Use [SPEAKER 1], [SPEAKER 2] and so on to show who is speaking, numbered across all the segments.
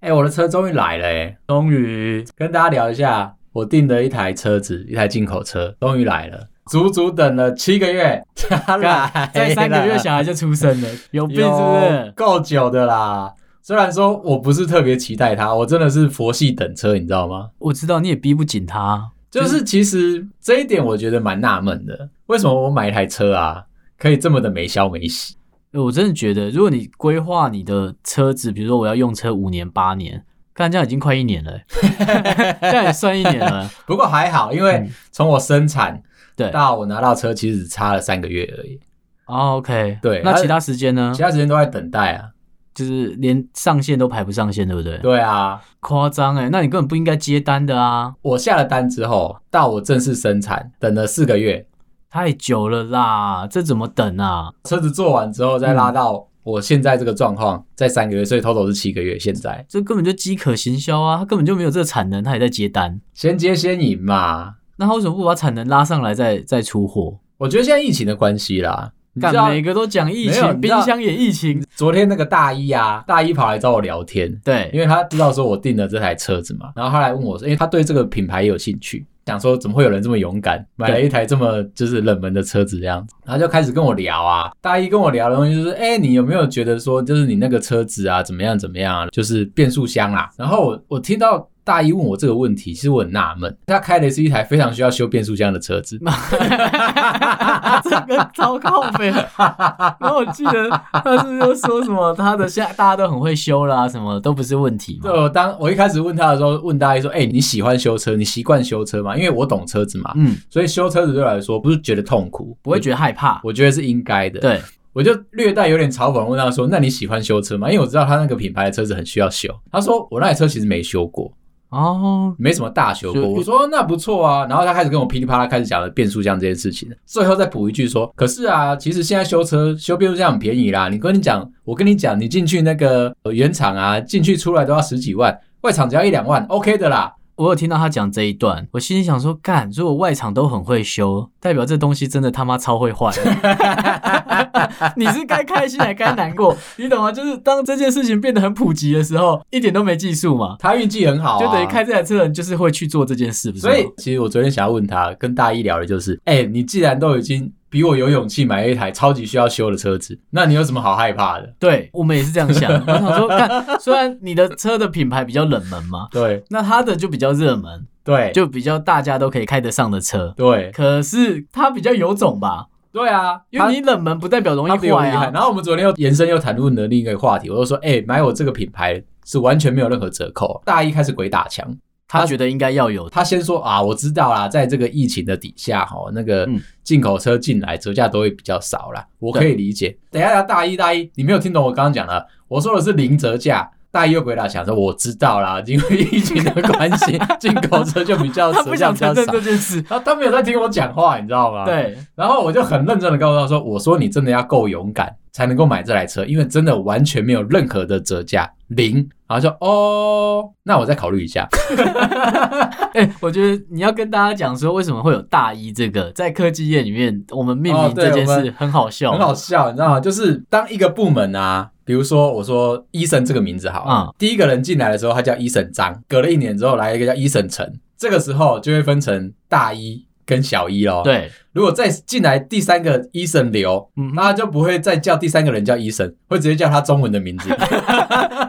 [SPEAKER 1] 哎、我的车终于来了、哎，终于跟大家聊一下，我订的一台车子，一台进口车，终于来了，足足等了七个月，它 来
[SPEAKER 2] 在三个月
[SPEAKER 1] 了
[SPEAKER 2] 小孩就出生 了，有病是不
[SPEAKER 1] 有
[SPEAKER 2] 是？
[SPEAKER 1] 够久的啦。虽然说我不是特别期待它，我真的是佛系等车，你知道吗？
[SPEAKER 2] 我知道你也逼不紧他，
[SPEAKER 1] 就是其实这一点我觉得蛮纳闷的，为什么我买一台车啊，可以这么的没消没息？
[SPEAKER 2] 呃我真的觉得，如果你规划你的车子，比如说我要用车五年八年，看这样已经快一年了、 欸，这样也算一年了。
[SPEAKER 1] 不过还好，因为
[SPEAKER 2] 嗯
[SPEAKER 1] 从我生产
[SPEAKER 2] 对、
[SPEAKER 1] 到我拿到车，其实只差了三个月而已，
[SPEAKER 2] 哦、，OK，
[SPEAKER 1] 对
[SPEAKER 2] 那
[SPEAKER 1] 它
[SPEAKER 2] 其他时间呢
[SPEAKER 1] 其？他时间都在等待啊。
[SPEAKER 2] 就是连上线都排不上线，对不对？
[SPEAKER 1] 对啊，
[SPEAKER 2] 夸张哎，那你根本不应该接单的啊，
[SPEAKER 1] 我下了单之后，到我正式生产，等了四个月，
[SPEAKER 2] 太久了啦，这怎么等啊？
[SPEAKER 1] 车子做完之后再拉到我现在这个状况，再三个月，所以 total 是七个月。现在
[SPEAKER 2] 这根本就饥渴行销啊，他根本就没有这个产能，他也在接单。
[SPEAKER 1] 先接先赢嘛，
[SPEAKER 2] 那他为什么不把产能拉上来再再出货？
[SPEAKER 1] 我觉得现在疫情的关系啦，你知道
[SPEAKER 2] 干每个都讲疫
[SPEAKER 1] 没有
[SPEAKER 2] 情，
[SPEAKER 1] 你知道
[SPEAKER 2] 冰箱也疫情。
[SPEAKER 1] 昨天那个大一啊，大一跑来找我聊天，因
[SPEAKER 2] 对，
[SPEAKER 1] 为他知道说我订了这台车子嘛，然后他来问我说，因为他对这个品牌也有兴趣，想说怎么会有人这么勇敢买了一台这么就是冷门的车子这样子，然后就开始跟我聊啊，大一跟我聊的东西就是，哎、你有没有觉得说就是你那个车子啊怎么样怎么样啊，就是变速箱啊，然后我我听到。大一问我这个问题，其实我很纳闷。他开的是一台非常需要修变速箱的车子，
[SPEAKER 2] 啊这个超靠北。 然后我记得他是不是又说什么他的现在大家都很会修啦，什么都不是问题嘛
[SPEAKER 1] 对，。我当我一开始问他的时候，问大一说：“哎、你喜欢修车？你习惯修车吗？”因为我懂车子嘛，
[SPEAKER 2] 嗯，
[SPEAKER 1] 所以修车子对我来说不是觉得痛苦，
[SPEAKER 2] 不会觉
[SPEAKER 1] 得，
[SPEAKER 2] 得害怕。
[SPEAKER 1] 我觉得是应该的。，
[SPEAKER 2] 对，
[SPEAKER 1] 我就略带有点嘲讽地问他说：“那你喜欢修车吗？”因为我知道他那个品牌的车子很需要修。他说：“我那台车其实没修过，
[SPEAKER 2] 哦，
[SPEAKER 1] 没什么大修过。”
[SPEAKER 2] 修
[SPEAKER 1] 我说：“那不错啊。”然后他开始跟我噼里啪啦开始讲了变速箱这件事情，最后再补一句说：“可是啊，其实现在修车修变速箱很便宜啦。你跟你讲，我跟你讲，你进去那个呃原厂啊，进去出来都要十几万，外厂只要一两万，OK 的啦。”
[SPEAKER 2] 我有听到他讲这一段，我心里想说，干，如果外场都很会修，代表这东西真的他妈超会坏。 你是该开心还该难过，你懂吗？就是当这件事情变得很普及的时候，一点都没技术嘛，
[SPEAKER 1] 他运气很好、啊，
[SPEAKER 2] 就等于开这台车的人就是会去做这件事，不是吗？
[SPEAKER 1] 所以其实我昨天想要问他，跟大一聊的就是，哎、你既然都已经比我有勇气买一台超级需要修的车子，那你有什么好害怕的？
[SPEAKER 2] 对我们也是这样想。 我想说，干，虽然你的车的品牌比较冷门嘛，
[SPEAKER 1] 对
[SPEAKER 2] 那它的就比较热门，
[SPEAKER 1] 对
[SPEAKER 2] 就比较大家都可以开得上的车。
[SPEAKER 1] 对
[SPEAKER 2] 可是它比较有种吧，
[SPEAKER 1] 对啊，
[SPEAKER 2] 因为你冷门不代表容
[SPEAKER 1] 他
[SPEAKER 2] 易
[SPEAKER 1] 比我
[SPEAKER 2] 坏
[SPEAKER 1] 厉害。
[SPEAKER 2] 啊。
[SPEAKER 1] 然后我们昨天又延伸又谈论了另一个话题，我就说，哎、买我这个品牌是完全没有任何折扣。大一开始鬼打墙，
[SPEAKER 2] 他觉得应该要有，
[SPEAKER 1] 他先说啊，我知道啦，在这个疫情的底下哈，那个
[SPEAKER 2] 嗯
[SPEAKER 1] 进口车进来折价都会比较少啦，我可以理解。等一下大一大一，你没有听懂我刚刚讲的，我说的是零折价。大一又鬼打墙说我知道啦， 因为疫情的关系，进口车就比较
[SPEAKER 2] 他
[SPEAKER 1] 折
[SPEAKER 2] 不
[SPEAKER 1] 价
[SPEAKER 2] 想
[SPEAKER 1] 比较
[SPEAKER 2] 承
[SPEAKER 1] 少
[SPEAKER 2] 认。这件事。
[SPEAKER 1] 然后他没有在听我讲话，你知道吗？。
[SPEAKER 2] 对，
[SPEAKER 1] 然后我就很认真的告诉他说：“我说你真的要够勇敢，才能够买这台车，因为真的完全没有任何的折价，零。”然后就哦，那我再考虑一下。
[SPEAKER 2] 哎、我觉得你要跟大家讲说，为什么会有大一这个在科技业里面，我们命
[SPEAKER 1] 哦
[SPEAKER 2] 名
[SPEAKER 1] 对
[SPEAKER 2] 这件
[SPEAKER 1] 我
[SPEAKER 2] 事
[SPEAKER 1] 们
[SPEAKER 2] 很好笑，
[SPEAKER 1] 很好笑，你知道吗？就是当一个部门啊，比如说我说医生这个名字好了，
[SPEAKER 2] 嗯
[SPEAKER 1] 第一个人进来的时候他叫医生张，隔了一年之后来了一个叫医生陈，这个时候就会分成大一跟小一咯。，
[SPEAKER 2] 对，
[SPEAKER 1] 如果再进来第三个医生刘，
[SPEAKER 2] 嗯，
[SPEAKER 1] 那就不会再叫第三个人叫医生，会直接叫他中文的名 字，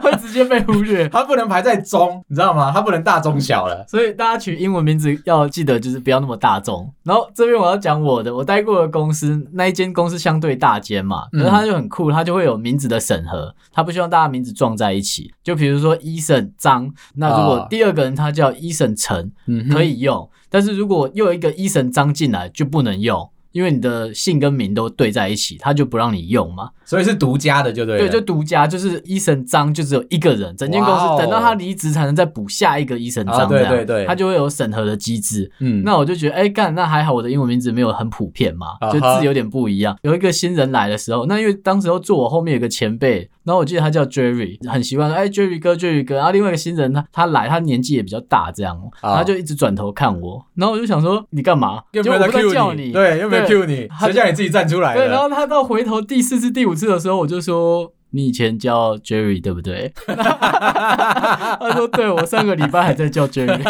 [SPEAKER 2] 会直接被忽略。
[SPEAKER 1] 他不能排在中，你知道吗？他不能大中小了。
[SPEAKER 2] 所以大家取英文名字要记得，就是不要那么大众。然后这边我要讲我的，我待过的公司那一间公司相对大间嘛，
[SPEAKER 1] 嗯
[SPEAKER 2] 可是它就很酷，它就会有名字的审核，它不希望大家名字撞在一起。就比如说医生张，那如
[SPEAKER 1] 哦
[SPEAKER 2] 果第二个人他叫医生陈，
[SPEAKER 1] 嗯
[SPEAKER 2] 可，以用，但是如果又有一个医生张进来就不能用。因为你的姓跟名都对在一起，他就不让你用嘛。
[SPEAKER 1] 所以是独家的，就对了。
[SPEAKER 2] 对，就独家，就是医生张就只有一个人，整间公司
[SPEAKER 1] 哇哦
[SPEAKER 2] 等到他离职才能再补下一个医生
[SPEAKER 1] 啊
[SPEAKER 2] 张，
[SPEAKER 1] 对
[SPEAKER 2] 这样
[SPEAKER 1] 对对
[SPEAKER 2] 他就会有审核的机制。
[SPEAKER 1] 嗯，
[SPEAKER 2] 那我就觉得，哎、干，那还好，我的英文名字没有很普遍嘛
[SPEAKER 1] 啊哈，
[SPEAKER 2] 就字有点不一样。有一个新人来的时候，那因为当时候坐我后面有个前辈，然后我记得他叫 Jerry，很习惯说，哎、j e r r y 哥，Jerry 哥。然后另外一个新人他他来，他年纪也比较大，这样，
[SPEAKER 1] 啊
[SPEAKER 2] 他就一直转头看我，然后我就想说，你干嘛？
[SPEAKER 1] 又
[SPEAKER 2] 就
[SPEAKER 1] 没
[SPEAKER 2] 我
[SPEAKER 1] 有在
[SPEAKER 2] 不在
[SPEAKER 1] Q
[SPEAKER 2] 叫
[SPEAKER 1] 你，
[SPEAKER 2] 你，
[SPEAKER 1] 对，又没有
[SPEAKER 2] 对
[SPEAKER 1] Q 你，
[SPEAKER 2] 他
[SPEAKER 1] 谁
[SPEAKER 2] 就
[SPEAKER 1] 叫你自己站出来的？
[SPEAKER 2] 对，然后他到回头第四次、第五次的时候，我就说你以前叫 Jerry 对不对？ 他说对，我上个礼拜还在叫 Jerry，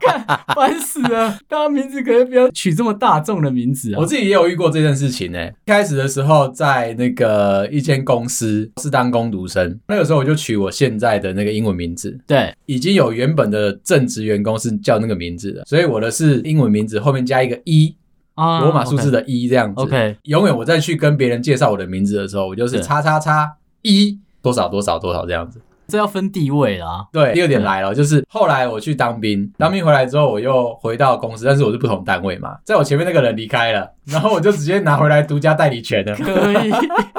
[SPEAKER 2] 看烦死了，大家名字可以不要取这么大众的名字啊
[SPEAKER 1] 我。自己也有遇过这件事情呢、欸一开始的时候，在那个一间公司是当工读生，那个时候我就取我现在的那个英文名字，
[SPEAKER 2] 对，
[SPEAKER 1] 已经有原本的正职员工是叫那个名字的，所以我的是英文名字后面加一个一，
[SPEAKER 2] 啊
[SPEAKER 1] 罗马数字的一这样子。
[SPEAKER 2] OK，
[SPEAKER 1] 永远我再去跟别人介绍我的名字的时候，我就是
[SPEAKER 2] 对
[SPEAKER 1] 叉叉叉一多少多少多少这样子。
[SPEAKER 2] 这要分地位啦。
[SPEAKER 1] 对，嗯第二点来了，就是后来我去当兵，当兵回来之后我又回到公司，但是我是不同单位嘛，在我前面那个人离开 了，然后我就直接拿回来独家代理权了。
[SPEAKER 2] 可以。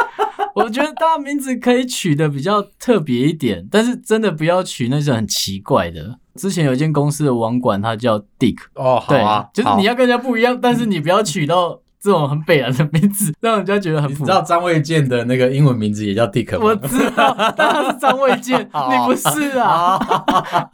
[SPEAKER 2] 我觉得大家名字可以取的比较特别一点，但是真的不要取那种很奇怪的。之前有一间公司的网管，他叫 Dick，、
[SPEAKER 1] 哦，好
[SPEAKER 2] 对，
[SPEAKER 1] 啊，
[SPEAKER 2] 就是
[SPEAKER 1] 好
[SPEAKER 2] 你要跟人家不一样，但是你不要取到这种很北然的名 字，让人家觉得很
[SPEAKER 1] 你
[SPEAKER 2] 普
[SPEAKER 1] 知道张卫健的那个英文名字也叫 Dick
[SPEAKER 2] 我
[SPEAKER 1] 吗？
[SPEAKER 2] 知道，但他是张卫健，
[SPEAKER 1] 好
[SPEAKER 2] 你不 是啊？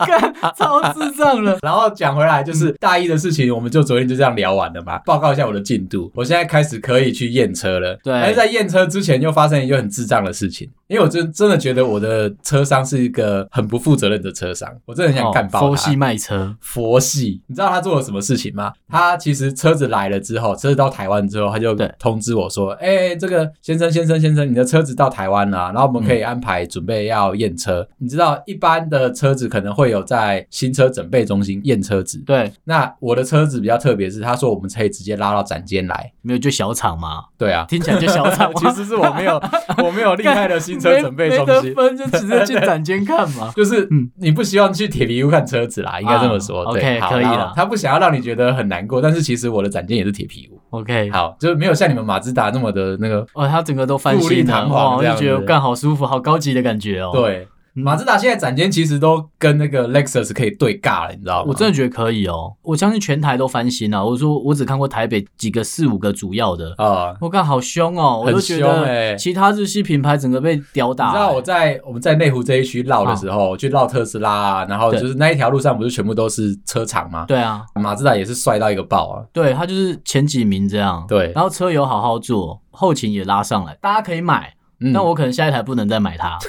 [SPEAKER 2] 干，超智障哦了。
[SPEAKER 1] 然后讲回来，就是大一的事情，我们就昨天就这样聊完了嘛。报告一下我的进度，我现在开始可以去验车了。
[SPEAKER 2] 对
[SPEAKER 1] 但是在验车之前，又发生一件很智障的事情，因为我真真的觉得我的车商是一个很不负责任的车商，我真的很想干爆
[SPEAKER 2] 佛
[SPEAKER 1] 他。
[SPEAKER 2] 系卖车，
[SPEAKER 1] 佛系，你知道他做了什么事情吗？他其实车子来了之后，车子到台湾之后，他就
[SPEAKER 2] 对
[SPEAKER 1] 通知我说：“哎、这个先生先生先生，你的车子到台湾了、啊然后我们可
[SPEAKER 2] 嗯
[SPEAKER 1] 以安排准备要验车。你知道一般的车子可能会有在新车准备中心验车子，
[SPEAKER 2] 对，
[SPEAKER 1] 那我的车子比较特别，是他说我们可以直接拉到展间来。
[SPEAKER 2] 没有就小厂嘛，
[SPEAKER 1] 对 啊，
[SPEAKER 2] 听起来就小厂 嘛。
[SPEAKER 1] 其实是我没 有我没有厉害的新车准备中
[SPEAKER 2] 没没
[SPEAKER 1] 心。
[SPEAKER 2] 得。分就直接去展间看嘛
[SPEAKER 1] 就是
[SPEAKER 2] 嗯
[SPEAKER 1] 你不希望去铁皮屋看车子啦，应该这么说。
[SPEAKER 2] 啊
[SPEAKER 1] 对
[SPEAKER 2] OK，
[SPEAKER 1] 好
[SPEAKER 2] 可以啦
[SPEAKER 1] 然后他不想要让你觉得很难过，但是其实我的展间也是铁皮屋。
[SPEAKER 2] OK，
[SPEAKER 1] 好，就是没有像你们马自达那么的那个。
[SPEAKER 2] 哦，他整个都翻
[SPEAKER 1] 富丽
[SPEAKER 2] 新了，
[SPEAKER 1] 堂皇
[SPEAKER 2] 哇，我
[SPEAKER 1] 这
[SPEAKER 2] 就
[SPEAKER 1] 样
[SPEAKER 2] 觉得
[SPEAKER 1] 子
[SPEAKER 2] 干好舒服，好高级的感觉哦。，
[SPEAKER 1] 对，马自达现在展间其实都跟那个 Lexus 可以对尬了，你知道吗？
[SPEAKER 2] 我真的觉得可以哦，我相信全台都翻新啊了。我说我只看过台北几个四五个主要的，
[SPEAKER 1] 啊。
[SPEAKER 2] 我看好凶哦，我
[SPEAKER 1] 很
[SPEAKER 2] 就觉
[SPEAKER 1] 凶欸
[SPEAKER 2] 得其他日系品牌整个被吊打、欸
[SPEAKER 1] 你知道我在我们在内湖这一区绕的时候，我去绕特斯拉啊，然后
[SPEAKER 2] 对
[SPEAKER 1] 就是那一条路上不是全部都是车厂吗？
[SPEAKER 2] 对啊，
[SPEAKER 1] 马自达也是帅到一个爆啊！
[SPEAKER 2] 对他就是前几名这样。
[SPEAKER 1] 对
[SPEAKER 2] 然后车友好好做，后勤也拉上来，大家可以买。
[SPEAKER 1] 嗯
[SPEAKER 2] 但我可能下一台不能再买它，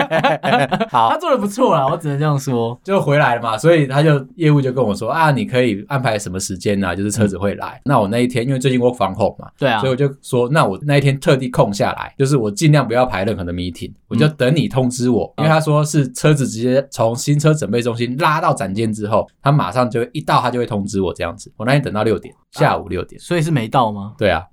[SPEAKER 1] 好
[SPEAKER 2] 他做的不错啦，我只能这样说。
[SPEAKER 1] 就回来了嘛，所以他就业务就跟我说啊，你可以安排什么时间啊，就是车子会来。那我那一天因为最近 work from home 嘛，
[SPEAKER 2] 对啊
[SPEAKER 1] 所以，我就说，那我那一天特地空下来，就是我尽量不要排任何的 meeting，我就等你通知我，因为他说是车子直接从新车准备中心拉到展间之后，他马上就一到他就会通知我这样子。我那天等到六点，下午六点，
[SPEAKER 2] 所以是没到吗？
[SPEAKER 1] 对啊，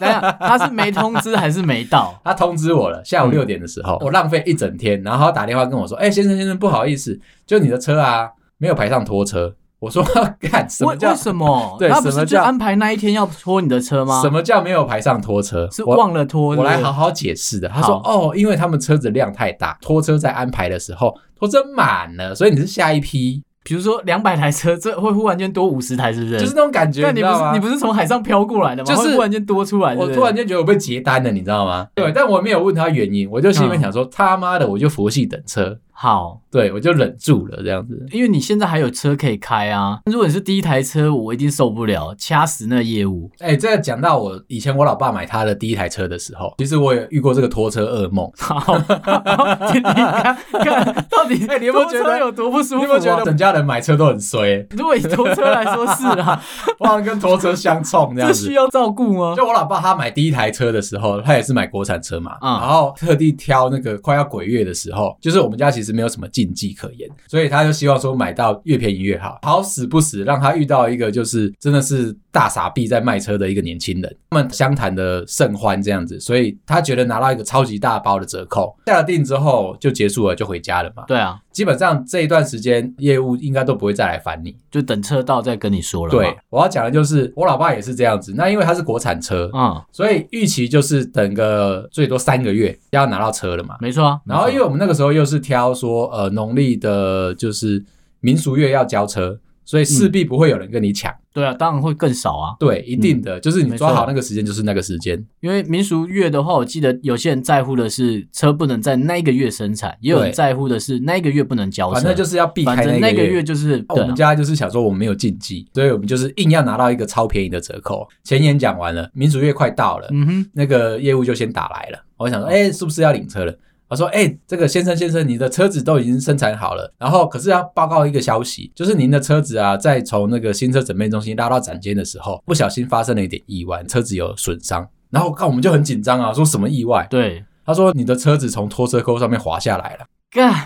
[SPEAKER 2] 等一下，他是没通知还是没到？
[SPEAKER 1] 他通知我了，下
[SPEAKER 2] 嗯
[SPEAKER 1] 午六点的时候，我浪费一整天，然后他打电话跟我说：“哎、先生先生，不好意思，就你的车啊，没有排上拖车。”我说：“干 什么
[SPEAKER 2] 为
[SPEAKER 1] 叫
[SPEAKER 2] 为什么？
[SPEAKER 1] 对
[SPEAKER 2] 他不
[SPEAKER 1] 什么
[SPEAKER 2] 是就
[SPEAKER 1] 叫
[SPEAKER 2] 安排那一天要拖你的车吗？
[SPEAKER 1] 什么叫没有排上拖车？
[SPEAKER 2] 是
[SPEAKER 1] 我
[SPEAKER 2] 忘了拖
[SPEAKER 1] 我来
[SPEAKER 2] 是不
[SPEAKER 1] 好
[SPEAKER 2] 是
[SPEAKER 1] 好解释的。他说：“哦，因为他们车子量太大，拖车在安排的时候，拖车满了，所以你是下一批，
[SPEAKER 2] 比如说两百台车，这会忽然间多五十台，是不是？
[SPEAKER 1] 就是那种感觉，
[SPEAKER 2] 但你
[SPEAKER 1] 知
[SPEAKER 2] 不
[SPEAKER 1] 道
[SPEAKER 2] 是
[SPEAKER 1] 吗？
[SPEAKER 2] 你不是从海上飘过来的吗？
[SPEAKER 1] 就是
[SPEAKER 2] 会忽然间多出来，
[SPEAKER 1] 我
[SPEAKER 2] 对不对
[SPEAKER 1] 突然间觉得我被结单了，你知道吗？对，但我没有问他原因，我就心里
[SPEAKER 2] 嗯
[SPEAKER 1] 面想说：他妈的，我就佛系等车。”
[SPEAKER 2] 好，
[SPEAKER 1] 对，我就忍住了，这样子。
[SPEAKER 2] 因为你现在还有车可以开啊。如果你是第一台车，我一定受不了，掐死那 业务。
[SPEAKER 1] 哎、这讲到我以前我老爸买他的第一台车的时候，其实我也遇过这个拖车噩梦。
[SPEAKER 2] 好，你看看到底
[SPEAKER 1] 哎你有没有觉得
[SPEAKER 2] 拖车有多不舒
[SPEAKER 1] 你
[SPEAKER 2] 服、啊？
[SPEAKER 1] 有没有觉得整家人买车都很 衰？
[SPEAKER 2] 如果以拖车来说是 啦，
[SPEAKER 1] 我好像跟拖车相冲这样
[SPEAKER 2] 这需
[SPEAKER 1] 子。
[SPEAKER 2] 要照顾吗？
[SPEAKER 1] 就我老爸他买第一台车的时候，他也是买国产车嘛，
[SPEAKER 2] 嗯
[SPEAKER 1] 然后特地挑那个快要鬼月的时候，就是我们家其实没有什么禁忌可言，所以他就希望说买到越便宜越好。好死不死，让他遇到一个就是真的是大傻逼在卖车的一个年轻人，他们相谈的甚欢这样子，所以他觉得拿到一个超级大包的折扣，下了定之后就结束了，就回家了嘛。
[SPEAKER 2] 对啊，
[SPEAKER 1] 基本上这一段时间业务应该都不会再来烦你。
[SPEAKER 2] 就等车到再跟你说了。
[SPEAKER 1] 对，，我要讲的就是我老爸也是这样子，那因为他是国产车，
[SPEAKER 2] 嗯，
[SPEAKER 1] 所以预期就是等个最多三个月要拿到车了嘛。
[SPEAKER 2] 没错啊。
[SPEAKER 1] 然后因为
[SPEAKER 2] 没错
[SPEAKER 1] 我们那个时候又是挑说呃农历的，就是民俗月要交车，所以势必不会有人跟你抢。
[SPEAKER 2] 对啊，当然会更少啊。
[SPEAKER 1] 对，一定的，就是你
[SPEAKER 2] 没
[SPEAKER 1] 抓
[SPEAKER 2] 错
[SPEAKER 1] 好那个时间，就是那个时间。
[SPEAKER 2] 因为民俗月的话，我记得有些人在乎的是车不能在那一个月生产，也有人
[SPEAKER 1] 对
[SPEAKER 2] 在乎的是那一个月不能交车。
[SPEAKER 1] 反正就是要避
[SPEAKER 2] 反
[SPEAKER 1] 开
[SPEAKER 2] 正
[SPEAKER 1] 那
[SPEAKER 2] 那
[SPEAKER 1] 个
[SPEAKER 2] 个月就是
[SPEAKER 1] 啊
[SPEAKER 2] 对
[SPEAKER 1] 我
[SPEAKER 2] 啊
[SPEAKER 1] 们家就是想说我们没有禁忌，所以我们就是硬要拿到一个超便宜的折扣。前言讲完了，民主月快到了，
[SPEAKER 2] 嗯哼，
[SPEAKER 1] 那个业务就先打来了。我想说，哎、是不是要领车了？他说，哎、这个先生先生，你的车子都已经生产好了，然后可是要报告一个消息，就是您的车子啊，在从那个新车准备中心拉到展间的时候，不小心发生了一点意外，车子有损伤。然后看我们就很紧张啊，说什么意外？
[SPEAKER 2] 对，
[SPEAKER 1] 他说你的车子从拖车钩上面滑下来了。
[SPEAKER 2] 干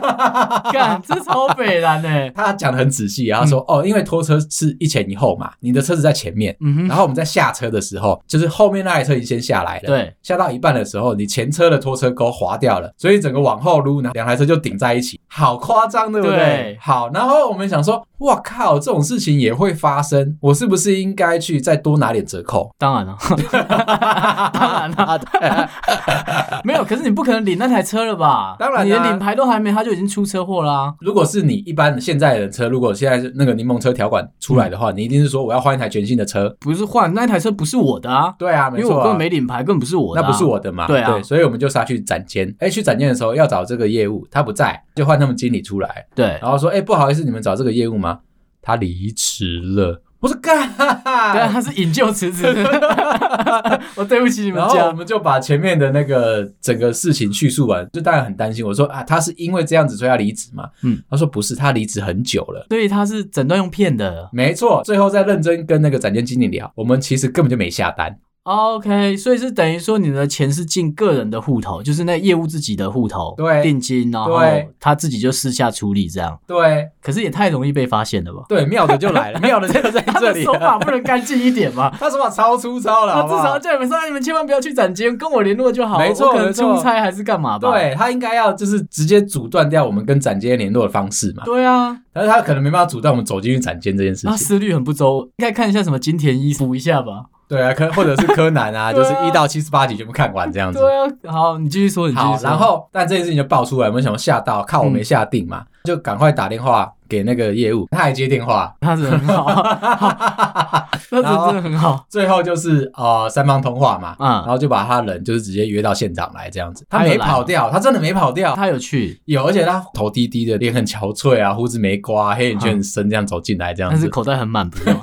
[SPEAKER 2] 干，这超北蓝呢。
[SPEAKER 1] 他讲的很仔细啊，他说、哦，因为拖车是一前一后嘛，你的车子在前面，
[SPEAKER 2] 嗯
[SPEAKER 1] 然
[SPEAKER 2] 哼，
[SPEAKER 1] 后我们在下车的时候，就是后面那台车已经先下来了，，
[SPEAKER 2] 对，
[SPEAKER 1] 下到一半的时候，你前车的拖车钩滑掉了，所以整个往后撸，然后两台车就顶在一起，好夸张，对不对？
[SPEAKER 2] 对
[SPEAKER 1] 好，然后我们想说，哇靠，这种事情也会发生，我是不是应该去再多拿点折扣？
[SPEAKER 2] 当然了， 当 然
[SPEAKER 1] 啊
[SPEAKER 2] 了， 没有，可是你不可能领那台车了吧？
[SPEAKER 1] 当然啊
[SPEAKER 2] 你的领牌都还没，他就已经出车祸啦。
[SPEAKER 1] 如果是你一般现在的车，如果现在是那个柠檬车条款出来的话，你一定是说我要换一台全新的车。
[SPEAKER 2] 不是换那台车，不是我的啊，
[SPEAKER 1] 对啊，
[SPEAKER 2] 因
[SPEAKER 1] 没
[SPEAKER 2] 为
[SPEAKER 1] 错、啊，
[SPEAKER 2] 我根本没领牌，根本不是我的
[SPEAKER 1] 那
[SPEAKER 2] 啊。
[SPEAKER 1] 不是我的嘛？
[SPEAKER 2] 对啊
[SPEAKER 1] 所以我们就杀去展间。哎，去展间的时候要找这个业务，他不在，就换他们经理出来，
[SPEAKER 2] 对，
[SPEAKER 1] 然后说：“哎，不好意思，你们找这个业务吗？他离职了。”我说：“干！”
[SPEAKER 2] 对啊，他是引咎辞职。 我对不起你们
[SPEAKER 1] 然后我
[SPEAKER 2] 家。
[SPEAKER 1] 们就把前面的那个整个事情叙述完，就当然很担心。我说：“啊，他是因为这样子所以要离职嘛？”
[SPEAKER 2] 嗯，
[SPEAKER 1] 他说：“不是，他离职很久了。”
[SPEAKER 2] 所以他是诊断用骗的。
[SPEAKER 1] 没错，最后再认真跟那个展间经理聊，我们其实根本就没下单。
[SPEAKER 2] OK，所以是等于说你的钱是进个人的户头，就是那业务自己的户头，
[SPEAKER 1] 对
[SPEAKER 2] 定金，然后
[SPEAKER 1] 对
[SPEAKER 2] 他自己就私下处理这样。
[SPEAKER 1] 对
[SPEAKER 2] 可是也太容易被发现了吧？
[SPEAKER 1] 对，妙的就 来了，妙的就在
[SPEAKER 2] 他
[SPEAKER 1] 这
[SPEAKER 2] 的
[SPEAKER 1] 里
[SPEAKER 2] 手
[SPEAKER 1] 了。
[SPEAKER 2] 法不能干净一点吗？
[SPEAKER 1] 他手法超粗糙了，
[SPEAKER 2] 他
[SPEAKER 1] 好
[SPEAKER 2] 至
[SPEAKER 1] 不好
[SPEAKER 2] 少要叫你们说，哎你们千万不要去展间，跟我联络就好。
[SPEAKER 1] 没错
[SPEAKER 2] 我可能
[SPEAKER 1] 没错
[SPEAKER 2] 出差还是干嘛吧？，
[SPEAKER 1] 对他应该要就是直接阻断掉我们跟展间联络的方式嘛，
[SPEAKER 2] 对啊，
[SPEAKER 1] 但是他可能没办法阻断我们走进去展间这件事
[SPEAKER 2] 他
[SPEAKER 1] 情。
[SPEAKER 2] 思虑很不周，应该看一下什么金田一补一下 吧。
[SPEAKER 1] 对啊，可或者是柯南 啊，就
[SPEAKER 2] 对啊
[SPEAKER 1] 是一到七十八集全部看完这样子。
[SPEAKER 2] 对啊，好，你继续说，你继续
[SPEAKER 1] 好
[SPEAKER 2] 说，。
[SPEAKER 1] 然后但这件事情就爆出来，我们想吓到，看我没下定
[SPEAKER 2] 嗯
[SPEAKER 1] 嘛，就赶快打电话给那个业务，他还接电话。
[SPEAKER 2] 他人很好， 他人真的 很好。
[SPEAKER 1] 最后就是呃三方通话嘛，
[SPEAKER 2] 嗯
[SPEAKER 1] 然后就把他人就是直接约到现场来这样子，他
[SPEAKER 2] 他有
[SPEAKER 1] 没
[SPEAKER 2] 来
[SPEAKER 1] 跑
[SPEAKER 2] 吗
[SPEAKER 1] 掉，他真的没跑掉，
[SPEAKER 2] 他有去，
[SPEAKER 1] 有，而且他头低低的，脸很憔悴啊，胡子没刮，黑眼圈很深，这样走进来这样
[SPEAKER 2] 但
[SPEAKER 1] 子
[SPEAKER 2] 是。口袋很满，不 用。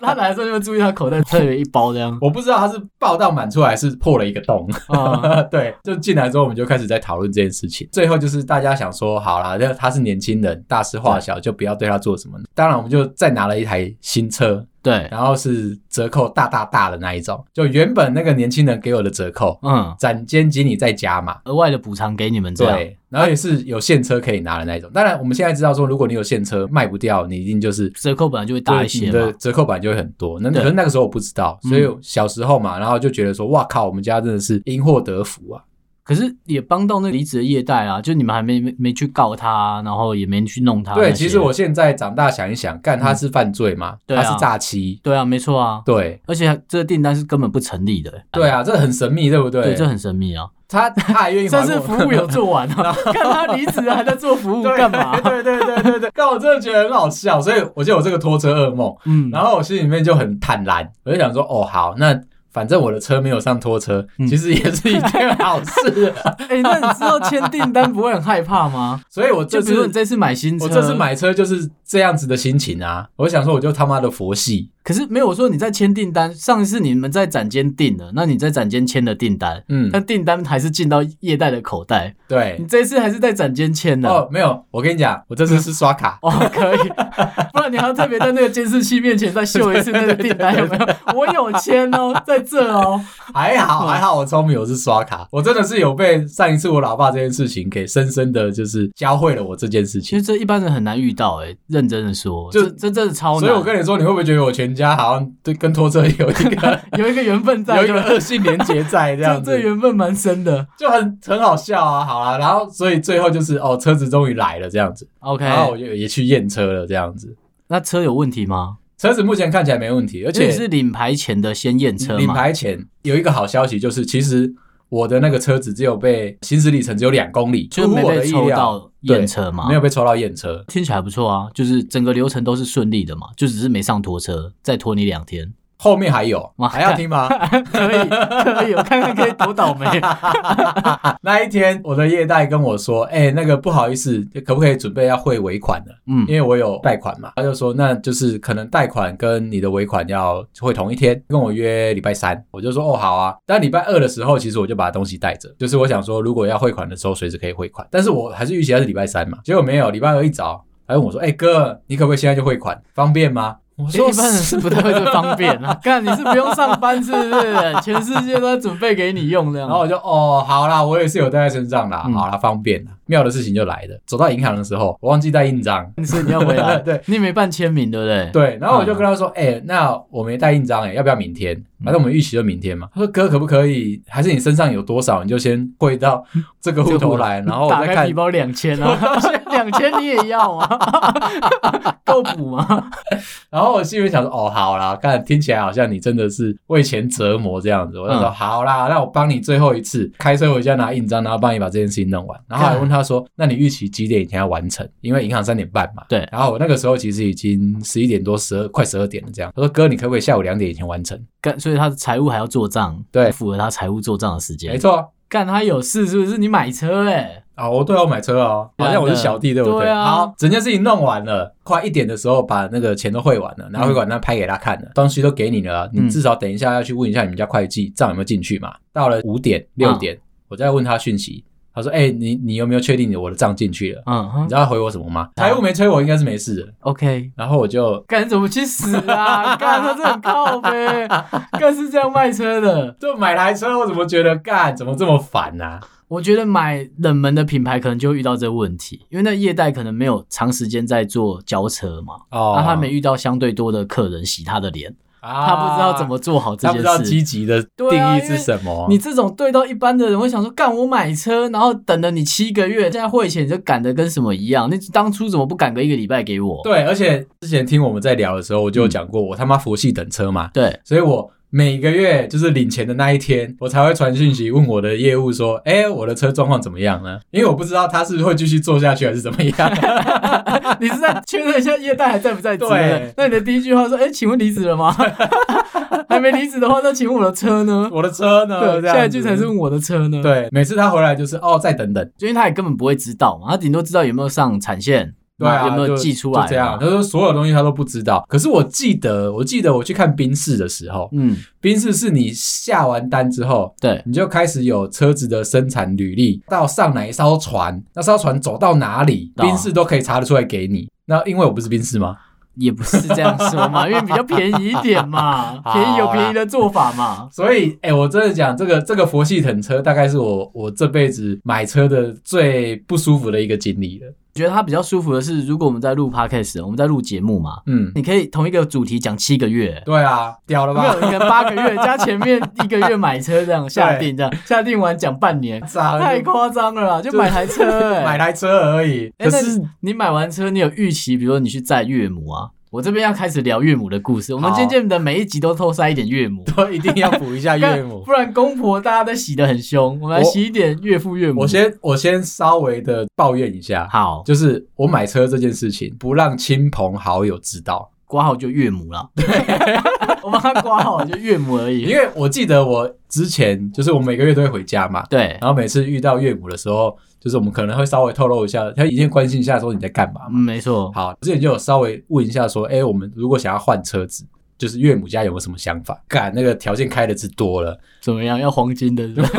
[SPEAKER 2] 他来的时候就会注意他口袋特别一包这样
[SPEAKER 1] 我不知道他是爆到满出来，是破了一个洞。
[SPEAKER 2] 啊、
[SPEAKER 1] 对，就进来之后，我们就开始在讨论这件事情。最后就是大家想说，好啦，那他是年轻人，大事化小，就不要对他做什么。当然，我们就再拿了一台新车，
[SPEAKER 2] 对，
[SPEAKER 1] 然后是折扣大大大的那一种，就原本那个年轻人给我的折扣，
[SPEAKER 2] 嗯，
[SPEAKER 1] 展间经理再加嘛。
[SPEAKER 2] 额外的补偿给你们这样，
[SPEAKER 1] 对，然后也是有现车可以拿的那一种。当然，我们现在知道说，如果你有现车卖不掉，你一定就是
[SPEAKER 2] 折扣本来就会大一
[SPEAKER 1] 对
[SPEAKER 2] 些
[SPEAKER 1] 你的
[SPEAKER 2] 嘛。
[SPEAKER 1] 折扣版就会很多。那
[SPEAKER 2] 对
[SPEAKER 1] 可是那个时候我不知道，
[SPEAKER 2] 嗯
[SPEAKER 1] 所以小时候嘛，然后就觉得说，哇靠，我们家真的是因祸得福啊！
[SPEAKER 2] 可是也帮到那个离职的业代啊，就你们还没没没去告他，啊然后也没去弄啊他那些。
[SPEAKER 1] 对，其实我现在长大想一想，干他是犯罪嘛，
[SPEAKER 2] 对
[SPEAKER 1] 他
[SPEAKER 2] 啊
[SPEAKER 1] 是诈欺，
[SPEAKER 2] 对啊，没错啊，
[SPEAKER 1] 对
[SPEAKER 2] 而且这个订单是根本不成立的。哎
[SPEAKER 1] 对啊，这很神秘，对不对？
[SPEAKER 2] 对，这很神秘啊。
[SPEAKER 1] 他他还 愿意还
[SPEAKER 2] 但
[SPEAKER 1] 我
[SPEAKER 2] 是服 务有做完啊，看他离职了还在做服务
[SPEAKER 1] 对
[SPEAKER 2] 干嘛？
[SPEAKER 1] 对 对对对对，但我真的觉得很好笑，所以我就有这个拖车噩梦，
[SPEAKER 2] 嗯，
[SPEAKER 1] 然后我心里面就很坦然，我就想说，哦好，那。反正我的车没有上拖车，
[SPEAKER 2] 嗯
[SPEAKER 1] 其实也是一件好事，啊
[SPEAKER 2] 哎、那你知道签订单不会很害怕吗？
[SPEAKER 1] 所以我这
[SPEAKER 2] 就比
[SPEAKER 1] 次
[SPEAKER 2] 如说你这次买新车，
[SPEAKER 1] 我这次，买车就是这样子的心情啊！我想说，我就他妈的佛系，
[SPEAKER 2] 可是没有我说你在签订单，上一次你们在展间订的，那你在展间签的订单，
[SPEAKER 1] 嗯，
[SPEAKER 2] 但订单还是进到业代的口袋，
[SPEAKER 1] 对
[SPEAKER 2] 你。这次还是在展间签的。哦，
[SPEAKER 1] 哦，没有，我跟你讲，我这次是刷卡
[SPEAKER 2] 可以， 不然你还要特别在那个监视器面前再秀一次那个订单有没 有？我有签哦，在这哦。
[SPEAKER 1] 还好还好，我聪明，我是刷卡，我真的是有被上一次我老爸这件事情给深深的就是教会了我这件事
[SPEAKER 2] 其
[SPEAKER 1] 情，
[SPEAKER 2] 实这一般人很难遇到、哎，认真的说，
[SPEAKER 1] 就
[SPEAKER 2] 就这真的超难。
[SPEAKER 1] 所以我跟你说，你会不会觉得我全家好像对跟拖车有一 个
[SPEAKER 2] 有一个缘分在，
[SPEAKER 1] 有一个
[SPEAKER 2] 对吧
[SPEAKER 1] 恶性连结 在这
[SPEAKER 2] 这
[SPEAKER 1] 样
[SPEAKER 2] 这
[SPEAKER 1] 子，
[SPEAKER 2] 缘分蛮深的。
[SPEAKER 1] 就很很好笑啊！好啦，然后所以最后就是哦，车子终于来了这样子，
[SPEAKER 2] OK，
[SPEAKER 1] 然后我就也去验车了这样子，
[SPEAKER 2] 那车有问题吗？
[SPEAKER 1] 车子目前看起来没问题，而
[SPEAKER 2] 而且
[SPEAKER 1] 且
[SPEAKER 2] 是领牌前的先验车嘛？
[SPEAKER 1] 领牌前有一个好消息，就是其实我的那个车子只有被行驶里程只有两公里，
[SPEAKER 2] 就是
[SPEAKER 1] 出乎
[SPEAKER 2] 没
[SPEAKER 1] 我的
[SPEAKER 2] 被
[SPEAKER 1] 意
[SPEAKER 2] 抽
[SPEAKER 1] 料
[SPEAKER 2] 到验车嘛，
[SPEAKER 1] 对没有被抽到验车。
[SPEAKER 2] 听起来不错啊，就是整个流程都是顺利的嘛，就只是没上拖车，再拖你两天，
[SPEAKER 1] 后面还有，
[SPEAKER 2] 哇
[SPEAKER 1] 还要听 吗？
[SPEAKER 2] 可以可以，我看看可以多倒霉。啊
[SPEAKER 1] 那一天我的业代跟我说，哎、那个不好意思，可不可以准备要汇尾款了？
[SPEAKER 2] 嗯
[SPEAKER 1] 因为我有贷款嘛，他就说那就是可能贷款跟你的尾款要会同一天，跟我约礼拜三，我就说哦好啊。但礼拜二的时候，其实我就把东西带着，就是我想说如果要汇款的时候随时可以汇款，但是我还是预期它是礼拜三嘛，结果没有，礼拜二一早他问我说，哎、哥，你可不可以现在就汇款，方便吗？我
[SPEAKER 2] 所
[SPEAKER 1] 说
[SPEAKER 2] 以一般人是不太会这方便啊。 看你是不用上班，是不是？全世界都在准备给你用这样。
[SPEAKER 1] 然后我就哦，好啦，我也是有带在身上啦，
[SPEAKER 2] 嗯
[SPEAKER 1] 好啦，方便啦。妙的事情就来了，走到银行的时候，我忘记带印章。
[SPEAKER 2] 所以你要回来，
[SPEAKER 1] 对
[SPEAKER 2] 你没办签 名，对不对？，
[SPEAKER 1] 对，然后
[SPEAKER 2] 嗯
[SPEAKER 1] 我就跟他说，哎、那我没带印章、哎，要不要明天？反正我们预期就明天嘛。他说哥，可不可以？还是你身上有多少，你就先汇到
[SPEAKER 2] 嗯
[SPEAKER 1] 这个户头来，然后我
[SPEAKER 2] 打
[SPEAKER 1] 再
[SPEAKER 2] 开
[SPEAKER 1] 看
[SPEAKER 2] 皮。包两千啊， 两千你也要 啊？够补啊吗？
[SPEAKER 1] 然后我心里面想说，哦，好啦，看听起来好像你真的是为钱折磨这样子。我就说、
[SPEAKER 2] 嗯
[SPEAKER 1] 好啦，那我帮你最后一次，开车回家拿印章，然后帮你把这件事情弄完。然后还问他说，那你预期几点以前要完成？因为银行三点半嘛。
[SPEAKER 2] 对
[SPEAKER 1] 然后我那个时候其实已经十一点多、十二快十二点了，这样。他说哥，你可不可以下午两点以前完成？
[SPEAKER 2] 干，所以他的财务还要做账，
[SPEAKER 1] 对
[SPEAKER 2] 符合他财务做账的时
[SPEAKER 1] 没
[SPEAKER 2] 间。
[SPEAKER 1] 错。
[SPEAKER 2] 干，他有事是不是？你买车哎、欸，
[SPEAKER 1] 啊，我对我买车哦，好像我是小弟，对不对？
[SPEAKER 2] 对啊
[SPEAKER 1] 好，整件事情弄完了，快一点的时候把那个钱都汇完了，然后汇款单拍给他看了，东西都给你了，啊你
[SPEAKER 2] 嗯
[SPEAKER 1] 至少等一下要去问一下你们家会计账有没有进去嘛。到了五点六
[SPEAKER 2] 啊
[SPEAKER 1] 点，我再问他讯息，他说：“哎、你你有没有确定你我的账进去了？”
[SPEAKER 2] 嗯
[SPEAKER 1] 你
[SPEAKER 2] 哼
[SPEAKER 1] 知道他回我什么吗？财务没催我，应该是没事的。
[SPEAKER 2] ，OK。
[SPEAKER 1] 然后我就
[SPEAKER 2] 干怎么去死啊？ 干他这很靠呗，干是这样卖车的。
[SPEAKER 1] 就买台车，我怎么觉得干怎么这么烦啊呐、
[SPEAKER 2] 我觉得买冷门的品牌可能就会遇到这个问题，因为那业代可能没有长时间在做交车嘛，
[SPEAKER 1] 哦
[SPEAKER 2] 那、啊他没遇到相对多的客人洗他的脸，
[SPEAKER 1] 啊
[SPEAKER 2] 他不知道怎，么做好这
[SPEAKER 1] 他不知道
[SPEAKER 2] 件事。
[SPEAKER 1] 积极的
[SPEAKER 2] 对啊
[SPEAKER 1] 定义
[SPEAKER 2] 因为
[SPEAKER 1] 是什么。
[SPEAKER 2] 你这种对到一般的人会想说，干我买车，然后等了你七个月，现在汇钱你就赶得跟什么一样，你当初怎么不赶个一个礼拜给我？
[SPEAKER 1] 对，而且之前听我们在聊的时候，我
[SPEAKER 2] 嗯
[SPEAKER 1] 就有讲过，我他妈佛系等车嘛，
[SPEAKER 2] 对，
[SPEAKER 1] 所以我每个月就是领钱的那一天，我才会传讯息问我的业务说，哎、我的车状况怎么样呢？因为我不知道他是会继续做下去还是怎么样。
[SPEAKER 2] 你是在确认一下业代还在不在职？
[SPEAKER 1] 对
[SPEAKER 2] 那你的第一句话说：“哎、请问离职了吗？” 还没离职的话，那请问我的 车呢？
[SPEAKER 1] 我的车呢？
[SPEAKER 2] 对，
[SPEAKER 1] 这样
[SPEAKER 2] 下一
[SPEAKER 1] 子
[SPEAKER 2] 句才是问我的车呢。，
[SPEAKER 1] 对，每次他回来就是哦，再等等。
[SPEAKER 2] 因为他也根本不会知道嘛，他顶多知道有没有上产线，
[SPEAKER 1] 对啊，
[SPEAKER 2] 有没有
[SPEAKER 1] 就
[SPEAKER 2] 寄出来嘛
[SPEAKER 1] 就这样，他说所有东西他都不知道。可是我记得，我记得我去看宾士的时候，
[SPEAKER 2] 嗯，
[SPEAKER 1] 宾士是你下完单之后，
[SPEAKER 2] 对，
[SPEAKER 1] 你就开始有车子的生产履历，到上哪一艘船，那艘船走到哪里，
[SPEAKER 2] 哦
[SPEAKER 1] 宾士都可以查得出来给你。那因为我不是宾士吗？
[SPEAKER 2] 也不是这样 说嘛，因为比较便宜一点
[SPEAKER 1] 好
[SPEAKER 2] 嘛，
[SPEAKER 1] 啦
[SPEAKER 2] 便宜有便宜的做法嘛。
[SPEAKER 1] 所以，哎、我真的讲这个这个佛系等车，大概是我我这辈子买车的最不舒服的一个经历了。
[SPEAKER 2] 我觉得他比较舒服的是，如果我们在录 podcast，我们在录节目嘛，
[SPEAKER 1] 嗯，
[SPEAKER 2] 你可以同一个主题讲七个月，
[SPEAKER 1] 对啊，屌了
[SPEAKER 2] 没有，
[SPEAKER 1] 吧？
[SPEAKER 2] 你可能八个月加前面一个月买车这样下定，这样下定完讲半年，
[SPEAKER 1] 傻
[SPEAKER 2] 太夸张了啦！啊就买台车、欸，
[SPEAKER 1] 买台车而已。
[SPEAKER 2] 欸
[SPEAKER 1] 可
[SPEAKER 2] 那
[SPEAKER 1] 是
[SPEAKER 2] 你你买完车，你有预期，比如说你去载岳母啊。我这边要开始聊岳母的故事，我们
[SPEAKER 1] 好
[SPEAKER 2] 渐渐的每一集都偷塞一点岳母，
[SPEAKER 1] 都一定要补一 下岳母
[SPEAKER 2] 不。然公婆大家都洗得很凶，我们来
[SPEAKER 1] 我
[SPEAKER 2] 洗一点岳父岳母。
[SPEAKER 1] 我先我先稍微的抱怨一下，
[SPEAKER 2] 好
[SPEAKER 1] 就是我买车这件事情不让亲朋好友知道。
[SPEAKER 2] 挂号就岳母了， 我帮他挂号就岳母而已。
[SPEAKER 1] 因为我记得我之前就是我每个月都会回家嘛，
[SPEAKER 2] 对，
[SPEAKER 1] 然后每次遇到岳母的时候，就是我们可能会稍微透露一下，他一定关心一下说你在干嘛
[SPEAKER 2] 嗯，
[SPEAKER 1] 嘛。
[SPEAKER 2] 没错，
[SPEAKER 1] 好，之前就有稍微问一下说，哎、我们如果想要换车子，就是岳母家有没有什么想法？干那个条件开的之多了，
[SPEAKER 2] 怎么样？要黄金的是不是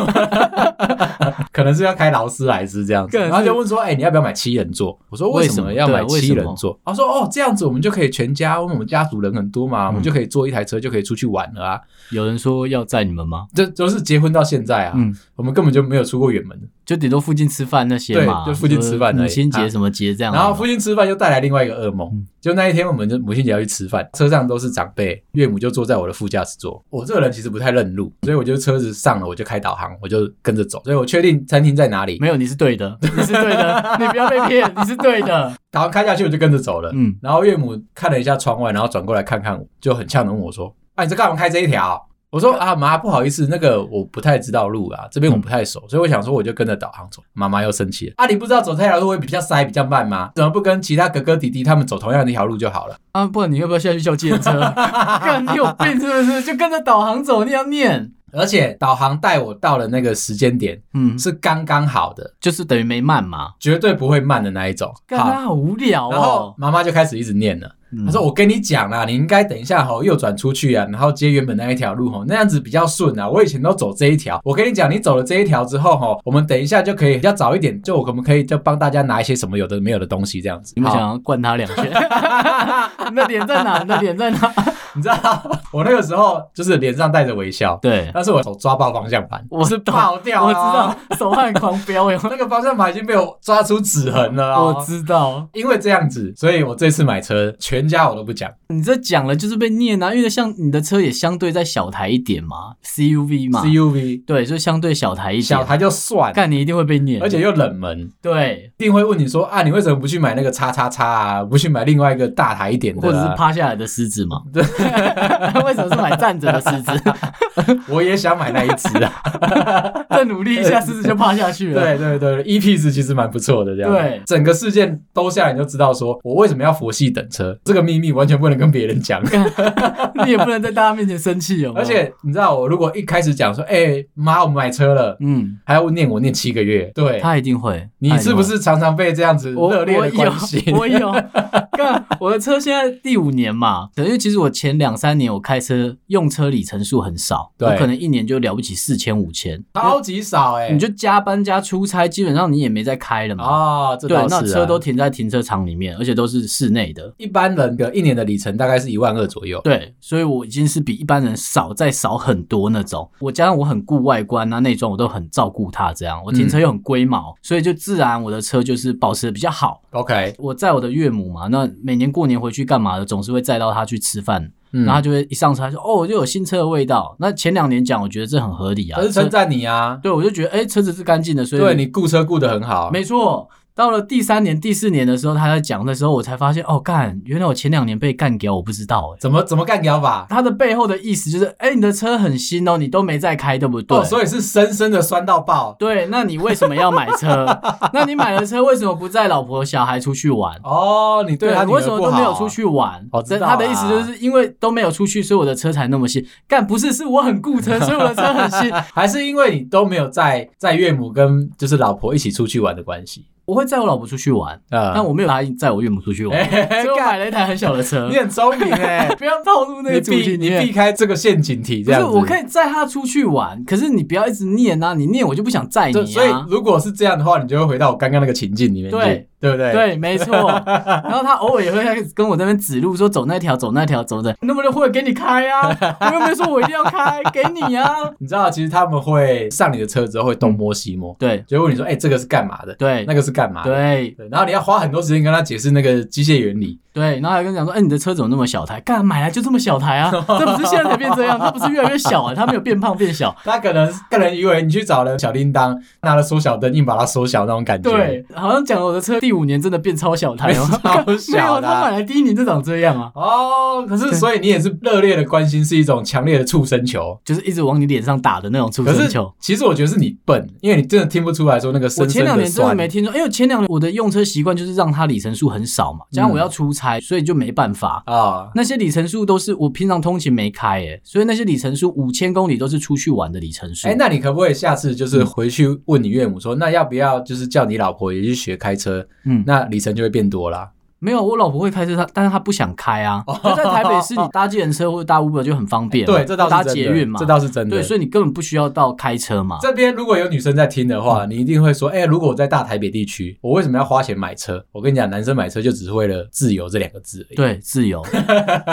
[SPEAKER 1] 可能是要开劳斯莱斯这样子，
[SPEAKER 2] 干是
[SPEAKER 1] 然后就问说，哎、你要不要买七人座？我说为什么
[SPEAKER 2] 为什么
[SPEAKER 1] 要买
[SPEAKER 2] 对为
[SPEAKER 1] 七
[SPEAKER 2] 什么
[SPEAKER 1] 人座？他说哦，这样子我们就可以全家，因为我们家族人很多嘛，我们
[SPEAKER 2] 嗯
[SPEAKER 1] 就可以坐一台车就可以出去玩了啊。
[SPEAKER 2] 有人说要载你们吗？
[SPEAKER 1] 这就是结婚到现在啊，
[SPEAKER 2] 嗯，
[SPEAKER 1] 我们根本就没有出过远门。
[SPEAKER 2] 就顶多附近吃饭那些嘛，
[SPEAKER 1] 对就附近吃饭而已
[SPEAKER 2] 母亲
[SPEAKER 1] 啊
[SPEAKER 2] 节什么节这样而已
[SPEAKER 1] 然
[SPEAKER 2] 嘛。
[SPEAKER 1] 后父亲吃饭又带来另外一个噩梦，
[SPEAKER 2] 嗯
[SPEAKER 1] 就那一天我们就母亲节要去吃饭，车上都是长辈，岳母就坐在我的副驾驶座。我这个人其实不太认路，所以我就车子上了，我就开导航，我就跟着走，所以我确定餐厅在哪里，
[SPEAKER 2] 没有，你是对的，你是对 的，你不要被骗，你是对的。
[SPEAKER 1] 导航开下去我就跟着走了。
[SPEAKER 2] 嗯，
[SPEAKER 1] 然后岳母看了一下窗外，然后转过来看看我，就很呛的问我说：“啊，你这干嘛开这一条？”我说啊妈，不好意思，那个我不太知道路啊，这边我不太熟，
[SPEAKER 2] 嗯
[SPEAKER 1] 所以我想说我就跟着导航走。妈妈又生气了，啊你不知道走这条路会比较塞比较慢吗？怎么不跟其他哥哥弟弟他们走同样的一条路就好了？
[SPEAKER 2] 啊，不然你要不要下去叫计程 车？干，你有病是不是？就跟着导航走，你要念，
[SPEAKER 1] 而且导航带我到了那个时间点
[SPEAKER 2] 嗯，
[SPEAKER 1] 是刚刚好的，
[SPEAKER 2] 就是等于没慢嘛。
[SPEAKER 1] 绝对不会慢的那一种。
[SPEAKER 2] 干，他
[SPEAKER 1] 好，
[SPEAKER 2] 好无聊
[SPEAKER 1] 然后
[SPEAKER 2] 哦。
[SPEAKER 1] 妈妈就开始一直念了。
[SPEAKER 2] 嗯
[SPEAKER 1] 他说：“我跟你讲啦，你应该等一下吼，右转出去啊，然后接原本那一条路吼，那样子比较顺啊。我以前都走这一条，我跟你讲，你走了这一条之后吼，我们等一下就可以比较早一点，就我们可以就帮大家拿一些什么有的没有的东西这样子。
[SPEAKER 2] 你们
[SPEAKER 1] 好
[SPEAKER 2] 想要灌他两 拳？你的脸在哪？你的脸在哪？
[SPEAKER 1] 你知道 我那个时候就是脸上带着微笑，
[SPEAKER 2] 对，
[SPEAKER 1] 但是我手抓爆方向盘，
[SPEAKER 2] 我啊
[SPEAKER 1] 是
[SPEAKER 2] 懂
[SPEAKER 1] 爆掉、啊
[SPEAKER 2] 我知道，，手汗狂飙哟。
[SPEAKER 1] 那个方向盘已经被我抓出指痕了、哦。
[SPEAKER 2] 我知道，
[SPEAKER 1] 因为这样子，所以我这次买车全家我都不讲。”
[SPEAKER 2] 你这讲了就是被念啊，因为像你的车也相对在小台一点嘛，CUV 嘛
[SPEAKER 1] CUV
[SPEAKER 2] 对，就相对小台一
[SPEAKER 1] 小
[SPEAKER 2] 点。
[SPEAKER 1] 台就算，
[SPEAKER 2] 干，你一定会被念，
[SPEAKER 1] 而且又冷门，
[SPEAKER 2] 对，
[SPEAKER 1] 一定会问你说啊，你为什么不去买那个叉叉叉啊？不去买另外一个大台一点的、啊
[SPEAKER 2] 或 者是，趴下来的狮子嘛。对， 为什么是买站着的 狮子？
[SPEAKER 1] 我也想买那一只 啊。
[SPEAKER 2] 再努力一下，狮子就趴下去了。，
[SPEAKER 1] 对对对，E P 是其实蛮不错的，这样。
[SPEAKER 2] 啊对
[SPEAKER 1] 整个事件兜下来，你就知道说我为什么要佛系等车，这个秘密完全不能跟别人讲。
[SPEAKER 2] 哦你也不能在大家面前生气，有没
[SPEAKER 1] 而，
[SPEAKER 2] 有
[SPEAKER 1] 且你知道，我如果一开始讲说，哎、妈，我们买车了。
[SPEAKER 2] 嗯，
[SPEAKER 1] 还要念我念七个月，对
[SPEAKER 2] 他一定会。
[SPEAKER 1] 你
[SPEAKER 2] 他一定
[SPEAKER 1] 是
[SPEAKER 2] 会
[SPEAKER 1] 不是常常被这样子
[SPEAKER 2] 我
[SPEAKER 1] 热烈
[SPEAKER 2] 我
[SPEAKER 1] 的
[SPEAKER 2] 有
[SPEAKER 1] 关 心？
[SPEAKER 2] 我有，干我的车现在第五年嘛，等于其实我前两三年我开车用车里程数很少，
[SPEAKER 1] 对
[SPEAKER 2] 我可能一年就了不起四千五千，
[SPEAKER 1] 超级少哎、
[SPEAKER 2] 你就加班加出差，基本上你也没在开了嘛。
[SPEAKER 1] 哦，这
[SPEAKER 2] 对
[SPEAKER 1] 倒，是、啊、
[SPEAKER 2] 那车都停在停车场里面，而且都是室内的。
[SPEAKER 1] 一般人的一年的里程大概是一万二左右。
[SPEAKER 2] 对，所以我已经是比一般人少再少很多那种。我加上我很顾外观啊、内装，我都很照顾它，这样我停车又很龟毛，
[SPEAKER 1] 嗯
[SPEAKER 2] 所以就自然我的车就是保持的比较好。
[SPEAKER 1] OK，
[SPEAKER 2] 我载我的岳母嘛，那每年过年回去干嘛的，总是会载到她去吃饭，
[SPEAKER 1] 嗯
[SPEAKER 2] 然后她就会一上车她说：“哦，我就有新车的味道。”那前两年讲，我觉得这很合理啊
[SPEAKER 1] 他是，称赞你啊，
[SPEAKER 2] 对我就觉得哎、车子是干净的，所以
[SPEAKER 1] 对你雇车雇的很好，
[SPEAKER 2] 没错。到了第三年、第四年的时候，她在讲的时候，我才发现哦，干，原来我前两年被干掉，我不知道哎、
[SPEAKER 1] 怎么怎么干掉法。
[SPEAKER 2] 它的背后的意思就是，哎、你的车很新哦，你都没在开，对不对？
[SPEAKER 1] 哦，所以是深深的酸到爆。
[SPEAKER 2] 对，那你为什么要买 车？那你买了车，为什么不载老婆小孩出去玩？
[SPEAKER 1] 哦，你对
[SPEAKER 2] 对，
[SPEAKER 1] 他
[SPEAKER 2] 你为什么都没有出？去玩？
[SPEAKER 1] 哦知道啊
[SPEAKER 2] 他的意思就是因为都没有出去，所以我的车才那么新。干，不是，是我很 顾车，所以我的车很新。
[SPEAKER 1] 还是因为你都没有在在岳母跟就是老婆一起出去玩的关系？
[SPEAKER 2] 我会载我老婆出去玩，
[SPEAKER 1] 啊
[SPEAKER 2] 但我没有答应载我岳母出去玩，所以我买了一台很小的车
[SPEAKER 1] 你。很聪明哎，
[SPEAKER 2] 不要套入那
[SPEAKER 1] 你
[SPEAKER 2] 个主
[SPEAKER 1] 避
[SPEAKER 2] 题里
[SPEAKER 1] 你
[SPEAKER 2] 面
[SPEAKER 1] 避。开这个陷阱题
[SPEAKER 2] 不
[SPEAKER 1] 这
[SPEAKER 2] 是，
[SPEAKER 1] 样子。
[SPEAKER 2] 我可以载她出去玩，可是你不要一直念啊！你念我就不想载你
[SPEAKER 1] 对，
[SPEAKER 2] 啊。
[SPEAKER 1] 所以如果是这样的话，你就会回到我刚刚那个情境里面去，
[SPEAKER 2] 对
[SPEAKER 1] 对不对？，
[SPEAKER 2] 对，没 错。然后他偶尔也会开始跟我在那边指路，说走那条，走那条，走的。那么就会给你开 啊，我又没有说我一定要开，给你啊。
[SPEAKER 1] 你知道其实他们会上你的车之后会东摸西摸，
[SPEAKER 2] 对
[SPEAKER 1] 就会问你说，哎，这个是干嘛的？
[SPEAKER 2] 对
[SPEAKER 1] 那个是干嘛的？
[SPEAKER 2] 对
[SPEAKER 1] 对，然后你要花很多时间跟他解释那个机械原理。
[SPEAKER 2] 对，然后还跟你讲说，哎、你的车怎么那么小台？干买来就这么小台 啊？这不是现在才变这样，这不是越来越小啊？它没有变胖变小。
[SPEAKER 1] 他可能个人以为你去找了小叮当，拿了缩小灯硬把它缩小那种感觉。
[SPEAKER 2] 对，好像讲了我的车第五年真的变超小台
[SPEAKER 1] 没
[SPEAKER 2] 了
[SPEAKER 1] 有，。超
[SPEAKER 2] 没有，
[SPEAKER 1] 小的
[SPEAKER 2] 他买
[SPEAKER 1] 啊。
[SPEAKER 2] 来第一年就长这样啊，
[SPEAKER 1] 哦，可是所以你也是热烈的关心，是一种强烈的触生球。
[SPEAKER 2] 就是一直往你脸上打的那种出
[SPEAKER 1] 可
[SPEAKER 2] 生
[SPEAKER 1] 是
[SPEAKER 2] 球。
[SPEAKER 1] 其实我觉得是你笨，因为你真的听不出来说那个
[SPEAKER 2] 我
[SPEAKER 1] 深
[SPEAKER 2] 前
[SPEAKER 1] 深
[SPEAKER 2] 两
[SPEAKER 1] 的
[SPEAKER 2] 年真的
[SPEAKER 1] 酸。
[SPEAKER 2] 没听说，因为前两年我的用车习惯就是让它里程数很少嘛，
[SPEAKER 1] 嗯
[SPEAKER 2] 加上我要出差，所以就没办法。
[SPEAKER 1] 啊，
[SPEAKER 2] 那些里程数都是我平常通勤没开耶，所以那些里程数五千公里都是出去玩的里程数。
[SPEAKER 1] 哎，那你可不可以下次就是
[SPEAKER 2] 嗯
[SPEAKER 1] 回去问你岳母说，那要不要就是叫你老婆也去学开车？
[SPEAKER 2] 嗯，
[SPEAKER 1] 那里程就会变多啦。
[SPEAKER 2] 没有，我老婆会开车，她但是她不想开啊。就在台北市，你搭计程车或者搭 Uber 就很方便嘛，
[SPEAKER 1] 哦 对，这倒
[SPEAKER 2] 搭
[SPEAKER 1] 是真的。
[SPEAKER 2] 捷运嘛
[SPEAKER 1] 这，倒是真的。
[SPEAKER 2] 对，所以你根本不需要到开车嘛。
[SPEAKER 1] 这边如果有女生在听的话，
[SPEAKER 2] 嗯
[SPEAKER 1] 你一定会说：“哎、如果我在大台北地区，我为什么要花钱买车？”我跟你讲，男生买车就只是为了自由这两个字而已。
[SPEAKER 2] 对，自 由。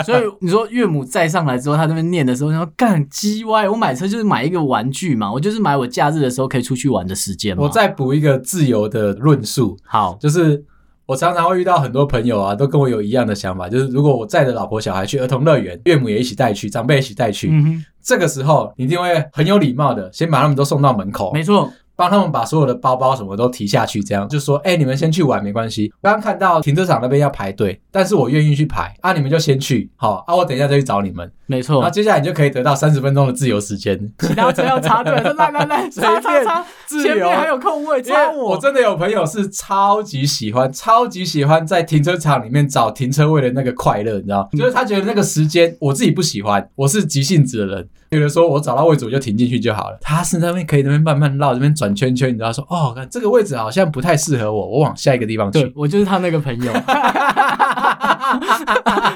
[SPEAKER 2] 所以你说岳母载上来之后，她在那边念的时候，然后干鸡歪，我买车就是买一个玩具嘛，我就是买我假日的时候可以出去玩的时间嘛。
[SPEAKER 1] 我再补一个自由的论述，
[SPEAKER 2] 好，
[SPEAKER 1] 就是我常常会遇到很多朋友啊，都跟我有一样的想法，就是如果我载着老婆小孩去儿童乐园，岳母也一起带去，长辈一起带去，
[SPEAKER 2] 嗯
[SPEAKER 1] 这个时候你一定会很有礼貌的，先把他们都送到门口
[SPEAKER 2] 哼，，没错，
[SPEAKER 1] 帮他们把所有的包包什么都提下去，这样就说：“哎、你们先去玩没关系。刚刚看到停车场那边要排队，但是我愿意去排啊，你们就先去，好啊，我等一下再去找你们。”
[SPEAKER 2] 没
[SPEAKER 1] 然后
[SPEAKER 2] 错，
[SPEAKER 1] 接下来你就可以得到三十分钟的自由时间。
[SPEAKER 2] 其他车要插队，说来来 来，插插插，前面还有空 位，
[SPEAKER 1] 因为
[SPEAKER 2] 插
[SPEAKER 1] 我真的有朋友是超级喜欢、超级喜欢在停车场里面找停车位的那个快乐，你知
[SPEAKER 2] 嗯
[SPEAKER 1] 道？就是他觉得那个时间，我自己不喜欢，我是急性子的人，觉得说我找到位置我就停进去就好了。他是那边可以那边慢慢绕，这边转圈圈，你知道说哦，看这个位置好像不太适合我，我往下一个地方
[SPEAKER 2] 对
[SPEAKER 1] 去。
[SPEAKER 2] 我就是他那个朋 友，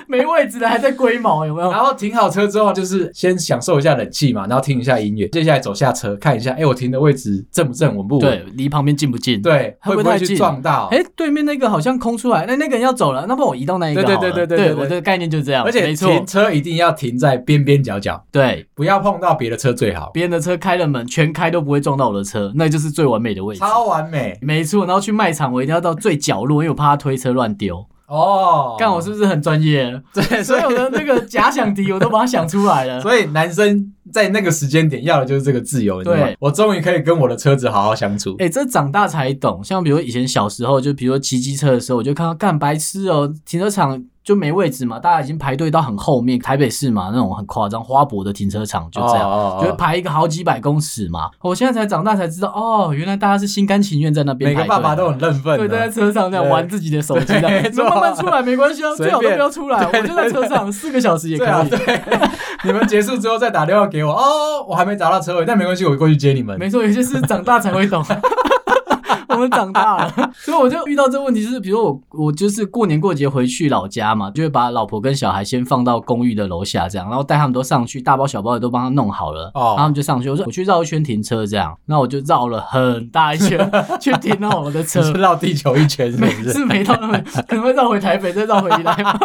[SPEAKER 2] 没位置的还在龟毛，有没有？
[SPEAKER 1] 然后停好车之后，就是先享受一下冷气嘛，然后听一下音乐，接下来走下车看一下，哎，我停的位置正不正，稳不稳？
[SPEAKER 2] 对，离旁边近不近？，
[SPEAKER 1] 对，
[SPEAKER 2] 会
[SPEAKER 1] 会
[SPEAKER 2] 不会
[SPEAKER 1] 不会
[SPEAKER 2] 太
[SPEAKER 1] 去
[SPEAKER 2] 近
[SPEAKER 1] 撞到？
[SPEAKER 2] 哎，对面那个好像空出来，那那个人要走了，那不然我移到那一个
[SPEAKER 1] 对对
[SPEAKER 2] 好
[SPEAKER 1] 对
[SPEAKER 2] 了
[SPEAKER 1] 对对
[SPEAKER 2] 对
[SPEAKER 1] 对对
[SPEAKER 2] 我的概念就是这样，
[SPEAKER 1] 而且
[SPEAKER 2] 没错
[SPEAKER 1] 停，车一定要停在边边角角，
[SPEAKER 2] 对，
[SPEAKER 1] 不要碰到别的车最好，
[SPEAKER 2] 别人的车开了门，全开都不会撞到我的车，那就是最完美的位 置。
[SPEAKER 1] 超完美
[SPEAKER 2] 没错，然后去卖场，我一定要到最角落，因为我怕他推车乱丢。
[SPEAKER 1] 哦。
[SPEAKER 2] 干，我是不是很专业？
[SPEAKER 1] 对，所
[SPEAKER 2] 所
[SPEAKER 1] 以
[SPEAKER 2] 有的那个假想敌我都把它想出来了。
[SPEAKER 1] 所以男生在那个时间点要的就是这个自由，你知道吗
[SPEAKER 2] 对？
[SPEAKER 1] 我终于可以跟我的车子好好相处。
[SPEAKER 2] 哎、这长大才懂。像比如以前小时候，就比如说骑机车的时候，我就看到干白痴哦，停车场就没位置嘛，大家已经排队到很后面。台北市嘛，那种很夸张，花博的停车场就这样。
[SPEAKER 1] 哦哦哦
[SPEAKER 2] 就会排一个好几百公尺嘛，我现在才长大才知道，哦，原来大家是心甘情愿在那边
[SPEAKER 1] 每
[SPEAKER 2] 排
[SPEAKER 1] 个
[SPEAKER 2] 队。
[SPEAKER 1] 爸爸都很认份
[SPEAKER 2] 对，都在
[SPEAKER 1] 的，
[SPEAKER 2] 车上这样
[SPEAKER 1] 对
[SPEAKER 2] 玩自己的手机，这样
[SPEAKER 1] 啊对
[SPEAKER 2] 你
[SPEAKER 1] 没
[SPEAKER 2] 们
[SPEAKER 1] 错
[SPEAKER 2] 慢慢出来没关系啊，
[SPEAKER 1] 随
[SPEAKER 2] 最好都
[SPEAKER 1] 便
[SPEAKER 2] 不要出来，我
[SPEAKER 1] 对
[SPEAKER 2] 就在车上四个小时也可
[SPEAKER 1] 对啊，
[SPEAKER 2] 以。
[SPEAKER 1] 对。 你们结束之后再打电话给我哦，我还没找到车位，但没关系，我过去接你们。
[SPEAKER 2] 没错，有些事长大才会懂。 我们长大了，所以我就遇到这个问题，就是比如我我就是过年过节回去老家嘛，就会把老婆跟小孩先放到公寓的楼下这样，然后带他们都上去，大包小包的都帮他弄好了，
[SPEAKER 1] 哦
[SPEAKER 2] 然后他们就上去，我说我去绕一圈停车这样，那我就绕了很大一圈 去停到我的车
[SPEAKER 1] 只，是绕地球一圈，是 不
[SPEAKER 2] 每
[SPEAKER 1] 是？
[SPEAKER 2] 次没到那么，可能会绕回台北，再绕回宜兰嘛。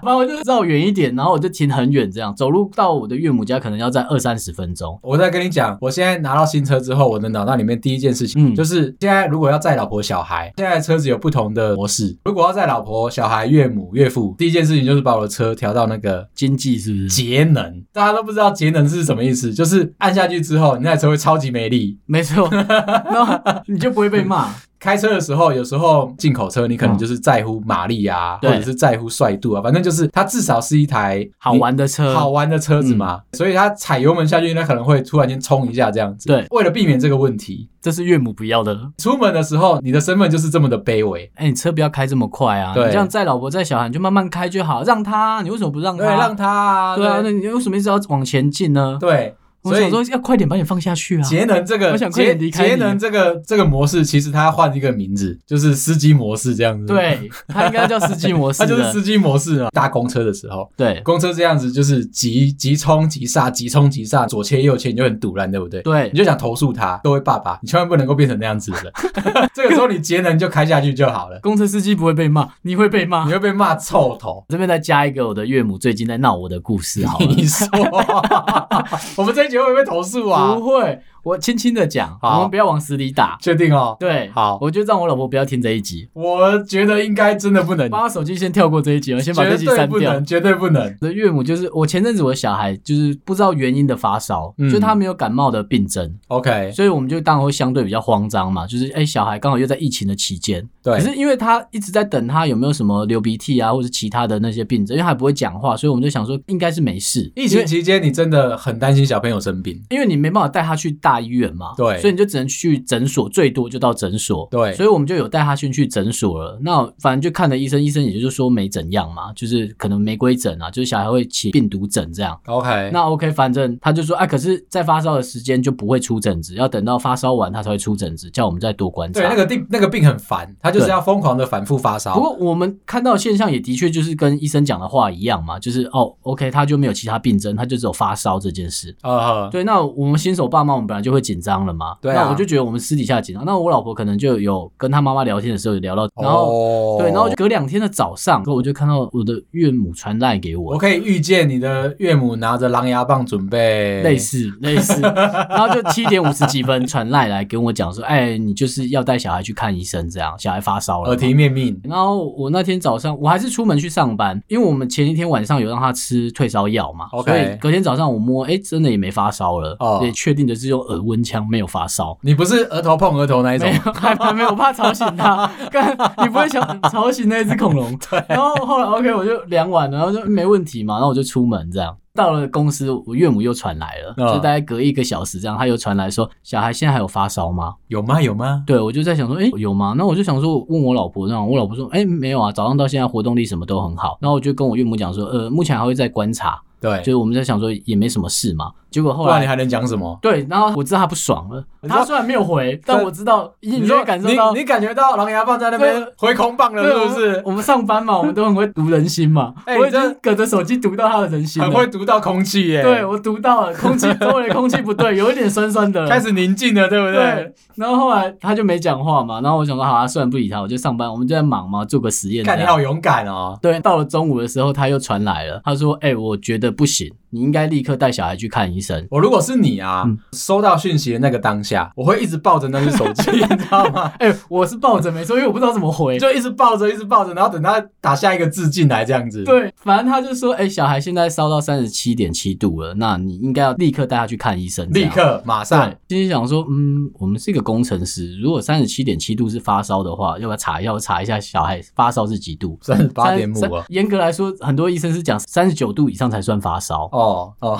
[SPEAKER 2] 反正我就绕远一点，然后我就停很远，这样走路到我的岳母家可能要在二三十分钟。
[SPEAKER 1] 我在跟你讲，我现在拿到新车之后，我的脑袋里面第一件事情、
[SPEAKER 2] 嗯
[SPEAKER 1] 就是，现在如果要载老婆小孩，现在车子有不同的模式。如果要载老婆小孩、岳母、岳父，第一件事情就是把我的车调到那个
[SPEAKER 2] 经济是不是？
[SPEAKER 1] 节能。大家都不知道节能是什么意思，就是按下去之后，你那台车会超级没力。
[SPEAKER 2] 没错，然后你就不会被骂。
[SPEAKER 1] 开车的时候，有时候进口车你可能就是在乎马力啊，
[SPEAKER 2] 嗯对
[SPEAKER 1] 或者是在乎帅度啊，反正就是它至少是一台
[SPEAKER 2] 好玩的车，
[SPEAKER 1] 好玩的车子嘛，
[SPEAKER 2] 嗯
[SPEAKER 1] 所以它踩油门下去，那可能会突然间冲一下这样子。
[SPEAKER 2] 对
[SPEAKER 1] 为了避免这个问题，
[SPEAKER 2] 这是岳母不要的。
[SPEAKER 1] 出门的时候，你的身份就是这么的卑微。
[SPEAKER 2] 哎、你车不要开这么快啊！你
[SPEAKER 1] 对
[SPEAKER 2] 这样载老婆载小孩，你就慢慢开就好，让他。你为什么不嗯让他？
[SPEAKER 1] 对，让他啊，
[SPEAKER 2] 对啊，那你为什么一直要往前进呢？
[SPEAKER 1] 对，
[SPEAKER 2] 我
[SPEAKER 1] 所
[SPEAKER 2] 想
[SPEAKER 1] 以
[SPEAKER 2] 说要快点把你放下去啊！
[SPEAKER 1] 节能这个
[SPEAKER 2] 我想快点
[SPEAKER 1] 节
[SPEAKER 2] 离开你
[SPEAKER 1] 节能这个这个模式，其实它要换一个名字，就是司机模式这样子。，
[SPEAKER 2] 对，他应该叫司机模式
[SPEAKER 1] 它
[SPEAKER 2] 的。
[SPEAKER 1] 就是司机模式啊。搭公车的时候，
[SPEAKER 2] 对
[SPEAKER 1] 公车这样子就是急急冲急刹，急冲急刹，左切右切，你就很堵然，对不对？
[SPEAKER 2] 对
[SPEAKER 1] 你，就想投诉他，各位爸爸，你千万不能够变成那样子 的。这个时候你节能就开下去就好了，
[SPEAKER 2] 公车司机不会被骂，你会被骂
[SPEAKER 1] 你。会被骂臭头。
[SPEAKER 2] 这边再加一个我的岳母最近在闹我的故事好 了。
[SPEAKER 1] 你说，我们这一集会不会投诉啊
[SPEAKER 2] 不？会，我轻轻的讲，
[SPEAKER 1] 好
[SPEAKER 2] 我们不要往死里打。
[SPEAKER 1] 确定哦。
[SPEAKER 2] 对，
[SPEAKER 1] 好
[SPEAKER 2] 我就让我老婆不要听这一集，
[SPEAKER 1] 我觉得应该真的不能，
[SPEAKER 2] 把她手机先跳过这一集，我哦先把这
[SPEAKER 1] 绝
[SPEAKER 2] 集
[SPEAKER 1] 对
[SPEAKER 2] 删
[SPEAKER 1] 不
[SPEAKER 2] 掉。
[SPEAKER 1] 能，绝对不能。
[SPEAKER 2] 我的岳母就是我前阵子我的小孩就是不知道原因的发烧，
[SPEAKER 1] 嗯
[SPEAKER 2] 就他没有感冒的病症，
[SPEAKER 1] OK，
[SPEAKER 2] 所以我们就当然会相对比较慌张嘛，就是哎、小孩刚好又在疫情的期间，
[SPEAKER 1] 对
[SPEAKER 2] 可是因为他一直在等他有没有什么流鼻涕啊或者其他的那些病症，因为他也不会讲话，所以我们就想说应该是没事，
[SPEAKER 1] 疫
[SPEAKER 2] 因为
[SPEAKER 1] 情期间你真的很担心小朋友生病，
[SPEAKER 2] 因为你没办法带他去大医院嘛，
[SPEAKER 1] 对
[SPEAKER 2] 所以你就只能去诊所，最多就到诊所，
[SPEAKER 1] 对
[SPEAKER 2] 所以我们就有带他先去诊所了。那反正就看了医生，医生也就是说没怎样嘛，就是可能玫瑰疹啊，就是小孩会起病毒疹这样。
[SPEAKER 1] OK，
[SPEAKER 2] 那 OK，反正他就说，哎、可是，在发烧的时间就不会出疹子，要等到发烧完他才会出疹子，叫我们再多观察。
[SPEAKER 1] 对那个病那个病很烦，他就是
[SPEAKER 2] 对
[SPEAKER 1] 要疯狂的反复发
[SPEAKER 2] 不
[SPEAKER 1] 烧。
[SPEAKER 2] 过我们看到的现象也的确就是跟医生讲的话一样嘛，就是哦，OK，他就没有其他病症，他就只有发烧这件事。
[SPEAKER 1] 呃，
[SPEAKER 2] 对，那我们新手爸妈，我们本来就会紧张了嘛。
[SPEAKER 1] 对啊
[SPEAKER 2] 那我就觉得我们私底下紧张。那我老婆可能就有跟她妈妈聊天的时候有聊到，然后、
[SPEAKER 1] 后
[SPEAKER 2] 对，然后就隔两天的早上，我就看到我的岳母传赖给我
[SPEAKER 1] 我，可以预见你的岳母拿着狼牙棒准备
[SPEAKER 2] 类似类似，然后就七点五十几分传赖来跟我讲说，哎，你就是要带小孩去看医生，这样小孩发烧了
[SPEAKER 1] 耳
[SPEAKER 2] 嘛。
[SPEAKER 1] 提面命。
[SPEAKER 2] 然后我那天早上我还是出门去上班，因为我们前一天晚上有让他吃退烧药嘛
[SPEAKER 1] OK
[SPEAKER 2] 所以隔天早上我摸，哎，真的也没发烧了
[SPEAKER 1] 哦
[SPEAKER 2] 也确定的是用耳温枪没有发烧。
[SPEAKER 1] 你不是额头碰额头那一种
[SPEAKER 2] 没，有，还还没有，我怕吵 醒它。干，你不会想吵醒那只恐龙？然后后来 OK，我就量完了，然后就没问题嘛，然后我就出门这样。到了公司，我岳母又传来了，
[SPEAKER 1] 嗯
[SPEAKER 2] 就大概隔一个小时这样，她又传来说小孩现在还有发烧吗？
[SPEAKER 1] 有吗？有吗？
[SPEAKER 2] 对，我就在想说，哎、有吗？那我就想说，问我老婆那样，我老婆说，哎、没有啊，早上到现在活动力什么都很好。然后我就跟我岳母讲说，呃，目前还会再观察，
[SPEAKER 1] 对
[SPEAKER 2] 就，是我们在想说也没什么事嘛。结果
[SPEAKER 1] 不
[SPEAKER 2] 后
[SPEAKER 1] 然你
[SPEAKER 2] 来。
[SPEAKER 1] 还能讲什么？
[SPEAKER 2] 对，然后我知道她不爽了。
[SPEAKER 1] 你说
[SPEAKER 2] 她虽然没有回，但
[SPEAKER 1] 但
[SPEAKER 2] 我知道，你
[SPEAKER 1] 你
[SPEAKER 2] 就
[SPEAKER 1] 说
[SPEAKER 2] 会感受到
[SPEAKER 1] 你，你感觉到狼牙棒在那边
[SPEAKER 2] 对
[SPEAKER 1] 挥空棒了，
[SPEAKER 2] 对
[SPEAKER 1] 是不是？
[SPEAKER 2] 我们上 班嘛，我们都很会读人心嘛。
[SPEAKER 1] 哎
[SPEAKER 2] 我已
[SPEAKER 1] 你这
[SPEAKER 2] 经隔着手机读到他的人心了。
[SPEAKER 1] 很会哎读到空气耶，
[SPEAKER 2] 对，我读到了，空气周围的空气不对， 有一点酸酸的了。
[SPEAKER 1] 开始宁静了，对不
[SPEAKER 2] 对？，然后后来他就没讲话嘛，然后我想说，好啊，算了，不理他，我就上班，我们就在忙嘛，做个实验这
[SPEAKER 1] 看你
[SPEAKER 2] 样。
[SPEAKER 1] 好勇敢哦，
[SPEAKER 2] 对，到了中午的时候，他又传来了，他说：“哎、我觉得不行，你应该立刻带小孩去看医生。”
[SPEAKER 1] 我如果是你啊
[SPEAKER 2] 嗯，
[SPEAKER 1] 收到讯息的那个当下，我会一直抱着那只手 机，你知道吗？
[SPEAKER 2] 哎、我是抱着没错，因为我不知道怎么回。
[SPEAKER 1] 就一直抱着，一直抱着，然后等他打下一个字进来这样子。，
[SPEAKER 2] 对，反正他就说：“哎、小孩现在烧到三十七点七度了，那你应该要立刻带他去看医生。”
[SPEAKER 1] 立刻马上
[SPEAKER 2] 对，，心里想说，嗯，我们是一个工程师，如果三十七点七度是发烧的话，要不要查一下？我查一下小孩发烧是几度？
[SPEAKER 1] 三十八点五
[SPEAKER 2] 三
[SPEAKER 1] 啊。
[SPEAKER 2] 严格来说，很多医生是讲三十九度以上才算 发烧，
[SPEAKER 1] 哦哦，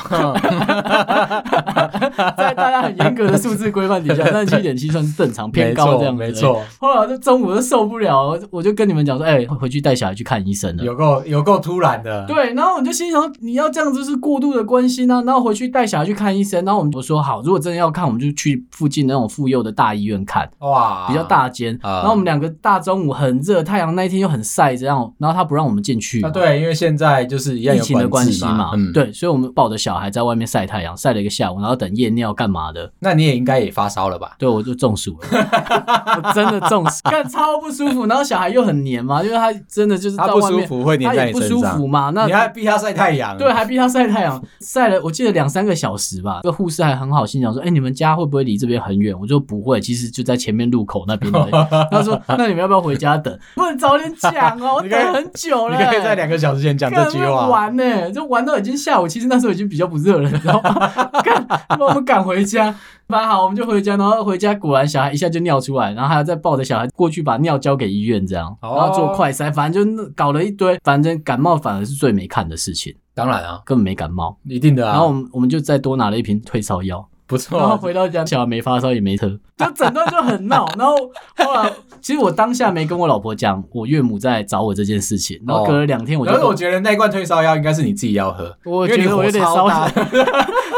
[SPEAKER 2] 在大家很严格的数字规范 底下，三十七点七算是正常 偏高这样子
[SPEAKER 1] 没错，没错，
[SPEAKER 2] 后来我就中午就受不了，我就跟你们讲说，哎、回去带小孩去看医生了。
[SPEAKER 1] 有啊够有够突然的。
[SPEAKER 2] 对，然后我就心想，你要这样子是过度的关心啊，然后回去带小孩去看医生，然后我们就说好，如果真的要看，我们就去附近那种妇幼的大医院看。
[SPEAKER 1] 哇，
[SPEAKER 2] 比较大间，
[SPEAKER 1] 啊
[SPEAKER 2] 然后我们两个大中午很热，太阳那一天又很晒，这样，然后他不让我们进去，
[SPEAKER 1] 啊，，对，因为现在就是一样
[SPEAKER 2] 疫
[SPEAKER 1] 有
[SPEAKER 2] 情的关
[SPEAKER 1] 管
[SPEAKER 2] 系
[SPEAKER 1] 制嘛，嗯，。
[SPEAKER 2] 对，所以我们抱着小孩在外面晒太阳，晒了一个下午，然后等夜尿干嘛的，
[SPEAKER 1] 那你也应该也发烧了吧？
[SPEAKER 2] 对我就中暑了， 我真的中暑，看超不舒服，然后小孩又很黏嘛，因为他真的就是
[SPEAKER 1] 他
[SPEAKER 2] 到
[SPEAKER 1] 不
[SPEAKER 2] 外
[SPEAKER 1] 舒
[SPEAKER 2] 面，
[SPEAKER 1] 服会
[SPEAKER 2] 他
[SPEAKER 1] 粘在你
[SPEAKER 2] 也不
[SPEAKER 1] 身
[SPEAKER 2] 舒
[SPEAKER 1] 上
[SPEAKER 2] 服，嘛，那
[SPEAKER 1] 你还逼他晒太阳， 啊
[SPEAKER 2] 对，还逼他晒太阳，晒了我记得两三个小时吧。这护士还很好心讲说：“哎、你们家会不会离这边很远？”我就不会，其实就在前面路口那边 而已。他说：“那你们要不要回家等？不能早点讲哦，我
[SPEAKER 1] 你可以
[SPEAKER 2] 等很久了、
[SPEAKER 1] 你可以在两个小时前讲这句
[SPEAKER 2] 干
[SPEAKER 1] 话。
[SPEAKER 2] 玩呢、就玩到已经下午，其实那时候已经比较不热了，你知道吗？干，把我们赶回家，反正好，我们就回家，然后回家果然小孩一下就尿出来，然后还要再抱着小孩过去把尿交给医院，这样，然
[SPEAKER 1] 哦
[SPEAKER 2] 后做快筛，反正就搞了一堆，反正感冒反而是最没看的事情，
[SPEAKER 1] 当然啊，
[SPEAKER 2] 根本没感冒。
[SPEAKER 1] 一定的啊。
[SPEAKER 2] 然后我们我们就再多拿了一瓶退烧药，
[SPEAKER 1] 不
[SPEAKER 2] 然后
[SPEAKER 1] 错，啊
[SPEAKER 2] 回到家，小孩没发烧 也没咳，就整段就很闹。 然后后来，其实我当下没跟我老婆讲，我岳母在找我这件事情。然后隔了两天，我就
[SPEAKER 1] 可是哦我觉得那罐退烧药应该是你自己要喝，
[SPEAKER 2] 我
[SPEAKER 1] 因为
[SPEAKER 2] 觉
[SPEAKER 1] 你
[SPEAKER 2] 得我
[SPEAKER 1] 火
[SPEAKER 2] 有点
[SPEAKER 1] 超
[SPEAKER 2] 烧
[SPEAKER 1] 大，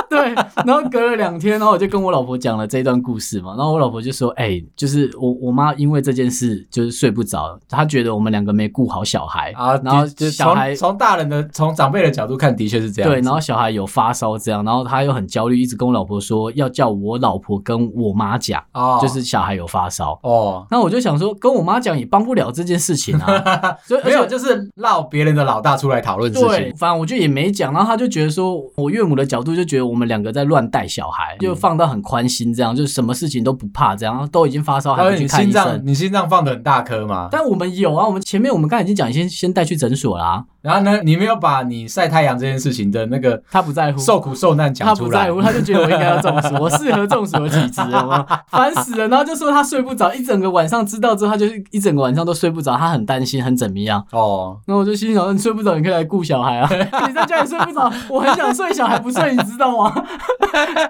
[SPEAKER 2] 对，然后隔了两天，然后我就跟我老婆讲了这段故事嘛，然后我老婆就说：“哎、就是我我妈因为这件事就是睡不着，她觉得我们两个没顾好小孩
[SPEAKER 1] 啊，
[SPEAKER 2] 然后
[SPEAKER 1] 的的
[SPEAKER 2] 小孩
[SPEAKER 1] 从从大人的从长辈的角度看，的确是这样子。
[SPEAKER 2] 对，然后小孩有发烧这样，然后她又很焦虑，一直跟我老婆说要叫我老婆跟我妈讲，
[SPEAKER 1] 哦，
[SPEAKER 2] 就是小孩有发烧。
[SPEAKER 1] 哦，
[SPEAKER 2] 那我就想说，跟我妈讲也帮不了这件事情 啊，所以而且
[SPEAKER 1] 没有，就是绕别人的老大出来讨论事
[SPEAKER 2] 对，
[SPEAKER 1] 情。
[SPEAKER 2] 反正我就也没讲，然后他就觉得说，我岳母的角度就觉得我们两个在乱带小
[SPEAKER 1] 嗯
[SPEAKER 2] 孩，就放到很宽心这样，就是什么事情都不怕这样，都已经发烧还
[SPEAKER 1] 他
[SPEAKER 2] 不
[SPEAKER 1] 说
[SPEAKER 2] 去
[SPEAKER 1] 你
[SPEAKER 2] 看
[SPEAKER 1] 心
[SPEAKER 2] 医
[SPEAKER 1] 脏
[SPEAKER 2] 生。
[SPEAKER 1] 你心脏放的很大颗吗？
[SPEAKER 2] 但我们有啊，我们前面我们刚才已经讲，先先带去诊所啦、
[SPEAKER 1] 然后呢，你没有把你晒太阳这件事情的那个
[SPEAKER 2] 他不在乎，
[SPEAKER 1] 受苦受难
[SPEAKER 2] 嗯他
[SPEAKER 1] 讲
[SPEAKER 2] 不
[SPEAKER 1] 出来
[SPEAKER 2] 在。乎，他就觉得我应该要中 暑，我适合中暑的体质，有吗？烦死了。然后就说他睡不着，一整个晚上知道之后，他就是一整个晚上都睡不着，他很担心，很怎么样。
[SPEAKER 1] 哦，
[SPEAKER 2] 那我就心想，你睡不着，你可以来顾小孩啊。 你在家里睡不着，我很想睡，小孩不睡，你知道吗？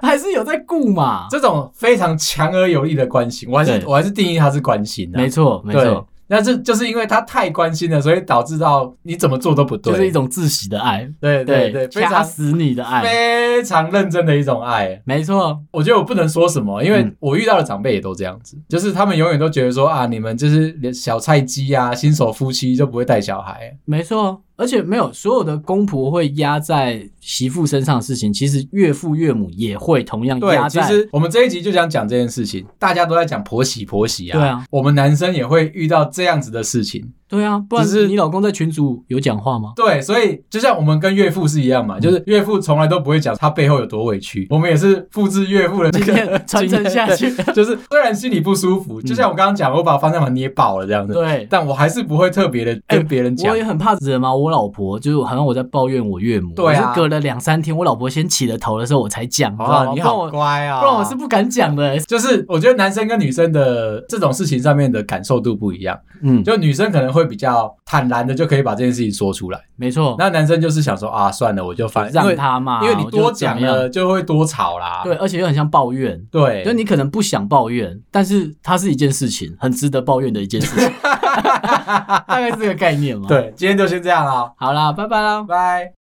[SPEAKER 2] 还是有在顾嘛。
[SPEAKER 1] 这种非常强而有力的关心，我还是
[SPEAKER 2] 对
[SPEAKER 1] 我还是定义它是关心啊的、
[SPEAKER 2] 没错，没
[SPEAKER 1] 对
[SPEAKER 2] 错，。
[SPEAKER 1] 那这就是因为他太关心了，所以导致到你怎么做都不对，
[SPEAKER 2] 就是一种窒息的爱，
[SPEAKER 1] 对对对，非
[SPEAKER 2] 掐
[SPEAKER 1] 常
[SPEAKER 2] 死你的爱，
[SPEAKER 1] 非常认真的一种爱。
[SPEAKER 2] 没错，
[SPEAKER 1] 我觉得我不能说什么，因为
[SPEAKER 2] 嗯
[SPEAKER 1] 我遇到的长辈也都这样子，就是他们永远都觉得说啊，你们就是连小菜鸡啊，新手夫妻就不会带小孩。
[SPEAKER 2] 没错。而且没有所有的公婆会压在媳妇身上的事情，其实岳父岳母也会同样
[SPEAKER 1] 对
[SPEAKER 2] 压，
[SPEAKER 1] 其
[SPEAKER 2] 在。
[SPEAKER 1] 实我们这一集就想讲这件事情，大家都在讲婆媳婆媳啊，
[SPEAKER 2] 对啊，
[SPEAKER 1] 我们男生也会遇到这样子的事情。
[SPEAKER 2] 对啊，不然
[SPEAKER 1] 只是
[SPEAKER 2] 你老公在群主有讲话吗？
[SPEAKER 1] 对，所以就像我们跟岳父是一样嘛，就是岳父从来都不会讲他背后有多委屈，我们也是复制岳父的那个
[SPEAKER 2] 今天传承下去
[SPEAKER 1] 经验 对就是虽然心里不舒服，就像我刚刚讲，我把方向盘捏爆了这样子，
[SPEAKER 2] 对，哎
[SPEAKER 1] 但我还是不会特别的跟别人讲
[SPEAKER 2] 我也。很怕惹毛我老婆，就是好像我在抱怨我岳母，
[SPEAKER 1] 对啊
[SPEAKER 2] 我是隔了两三天，我老婆先起了头的时候我才讲，知道
[SPEAKER 1] 哦
[SPEAKER 2] 吗？，
[SPEAKER 1] 你嗯
[SPEAKER 2] 不然
[SPEAKER 1] 好
[SPEAKER 2] 我
[SPEAKER 1] 乖啊、
[SPEAKER 2] 不然我是不敢讲的、
[SPEAKER 1] 就是我觉得男生跟女生的这种事情上面的感受度不一样，
[SPEAKER 2] 嗯，
[SPEAKER 1] 就女生可能会比较坦然的就可以把这件事情说出来，
[SPEAKER 2] 没错，
[SPEAKER 1] 那男生就是想说啊，算了，我就反
[SPEAKER 2] 让他嘛，
[SPEAKER 1] 因为，因为你
[SPEAKER 2] 啊我
[SPEAKER 1] 多
[SPEAKER 2] 就怎么
[SPEAKER 1] 讲
[SPEAKER 2] 样，
[SPEAKER 1] 了就会多吵啦。
[SPEAKER 2] 对，而且又很像抱怨。
[SPEAKER 1] 对，
[SPEAKER 2] 就你可能不想抱怨，但是它是一件事情，很值得抱怨的一件 事情，大概是这个概念嘛。，
[SPEAKER 1] 对，今天就先这样啦，
[SPEAKER 2] 好啦，拜拜啦。
[SPEAKER 1] 拜。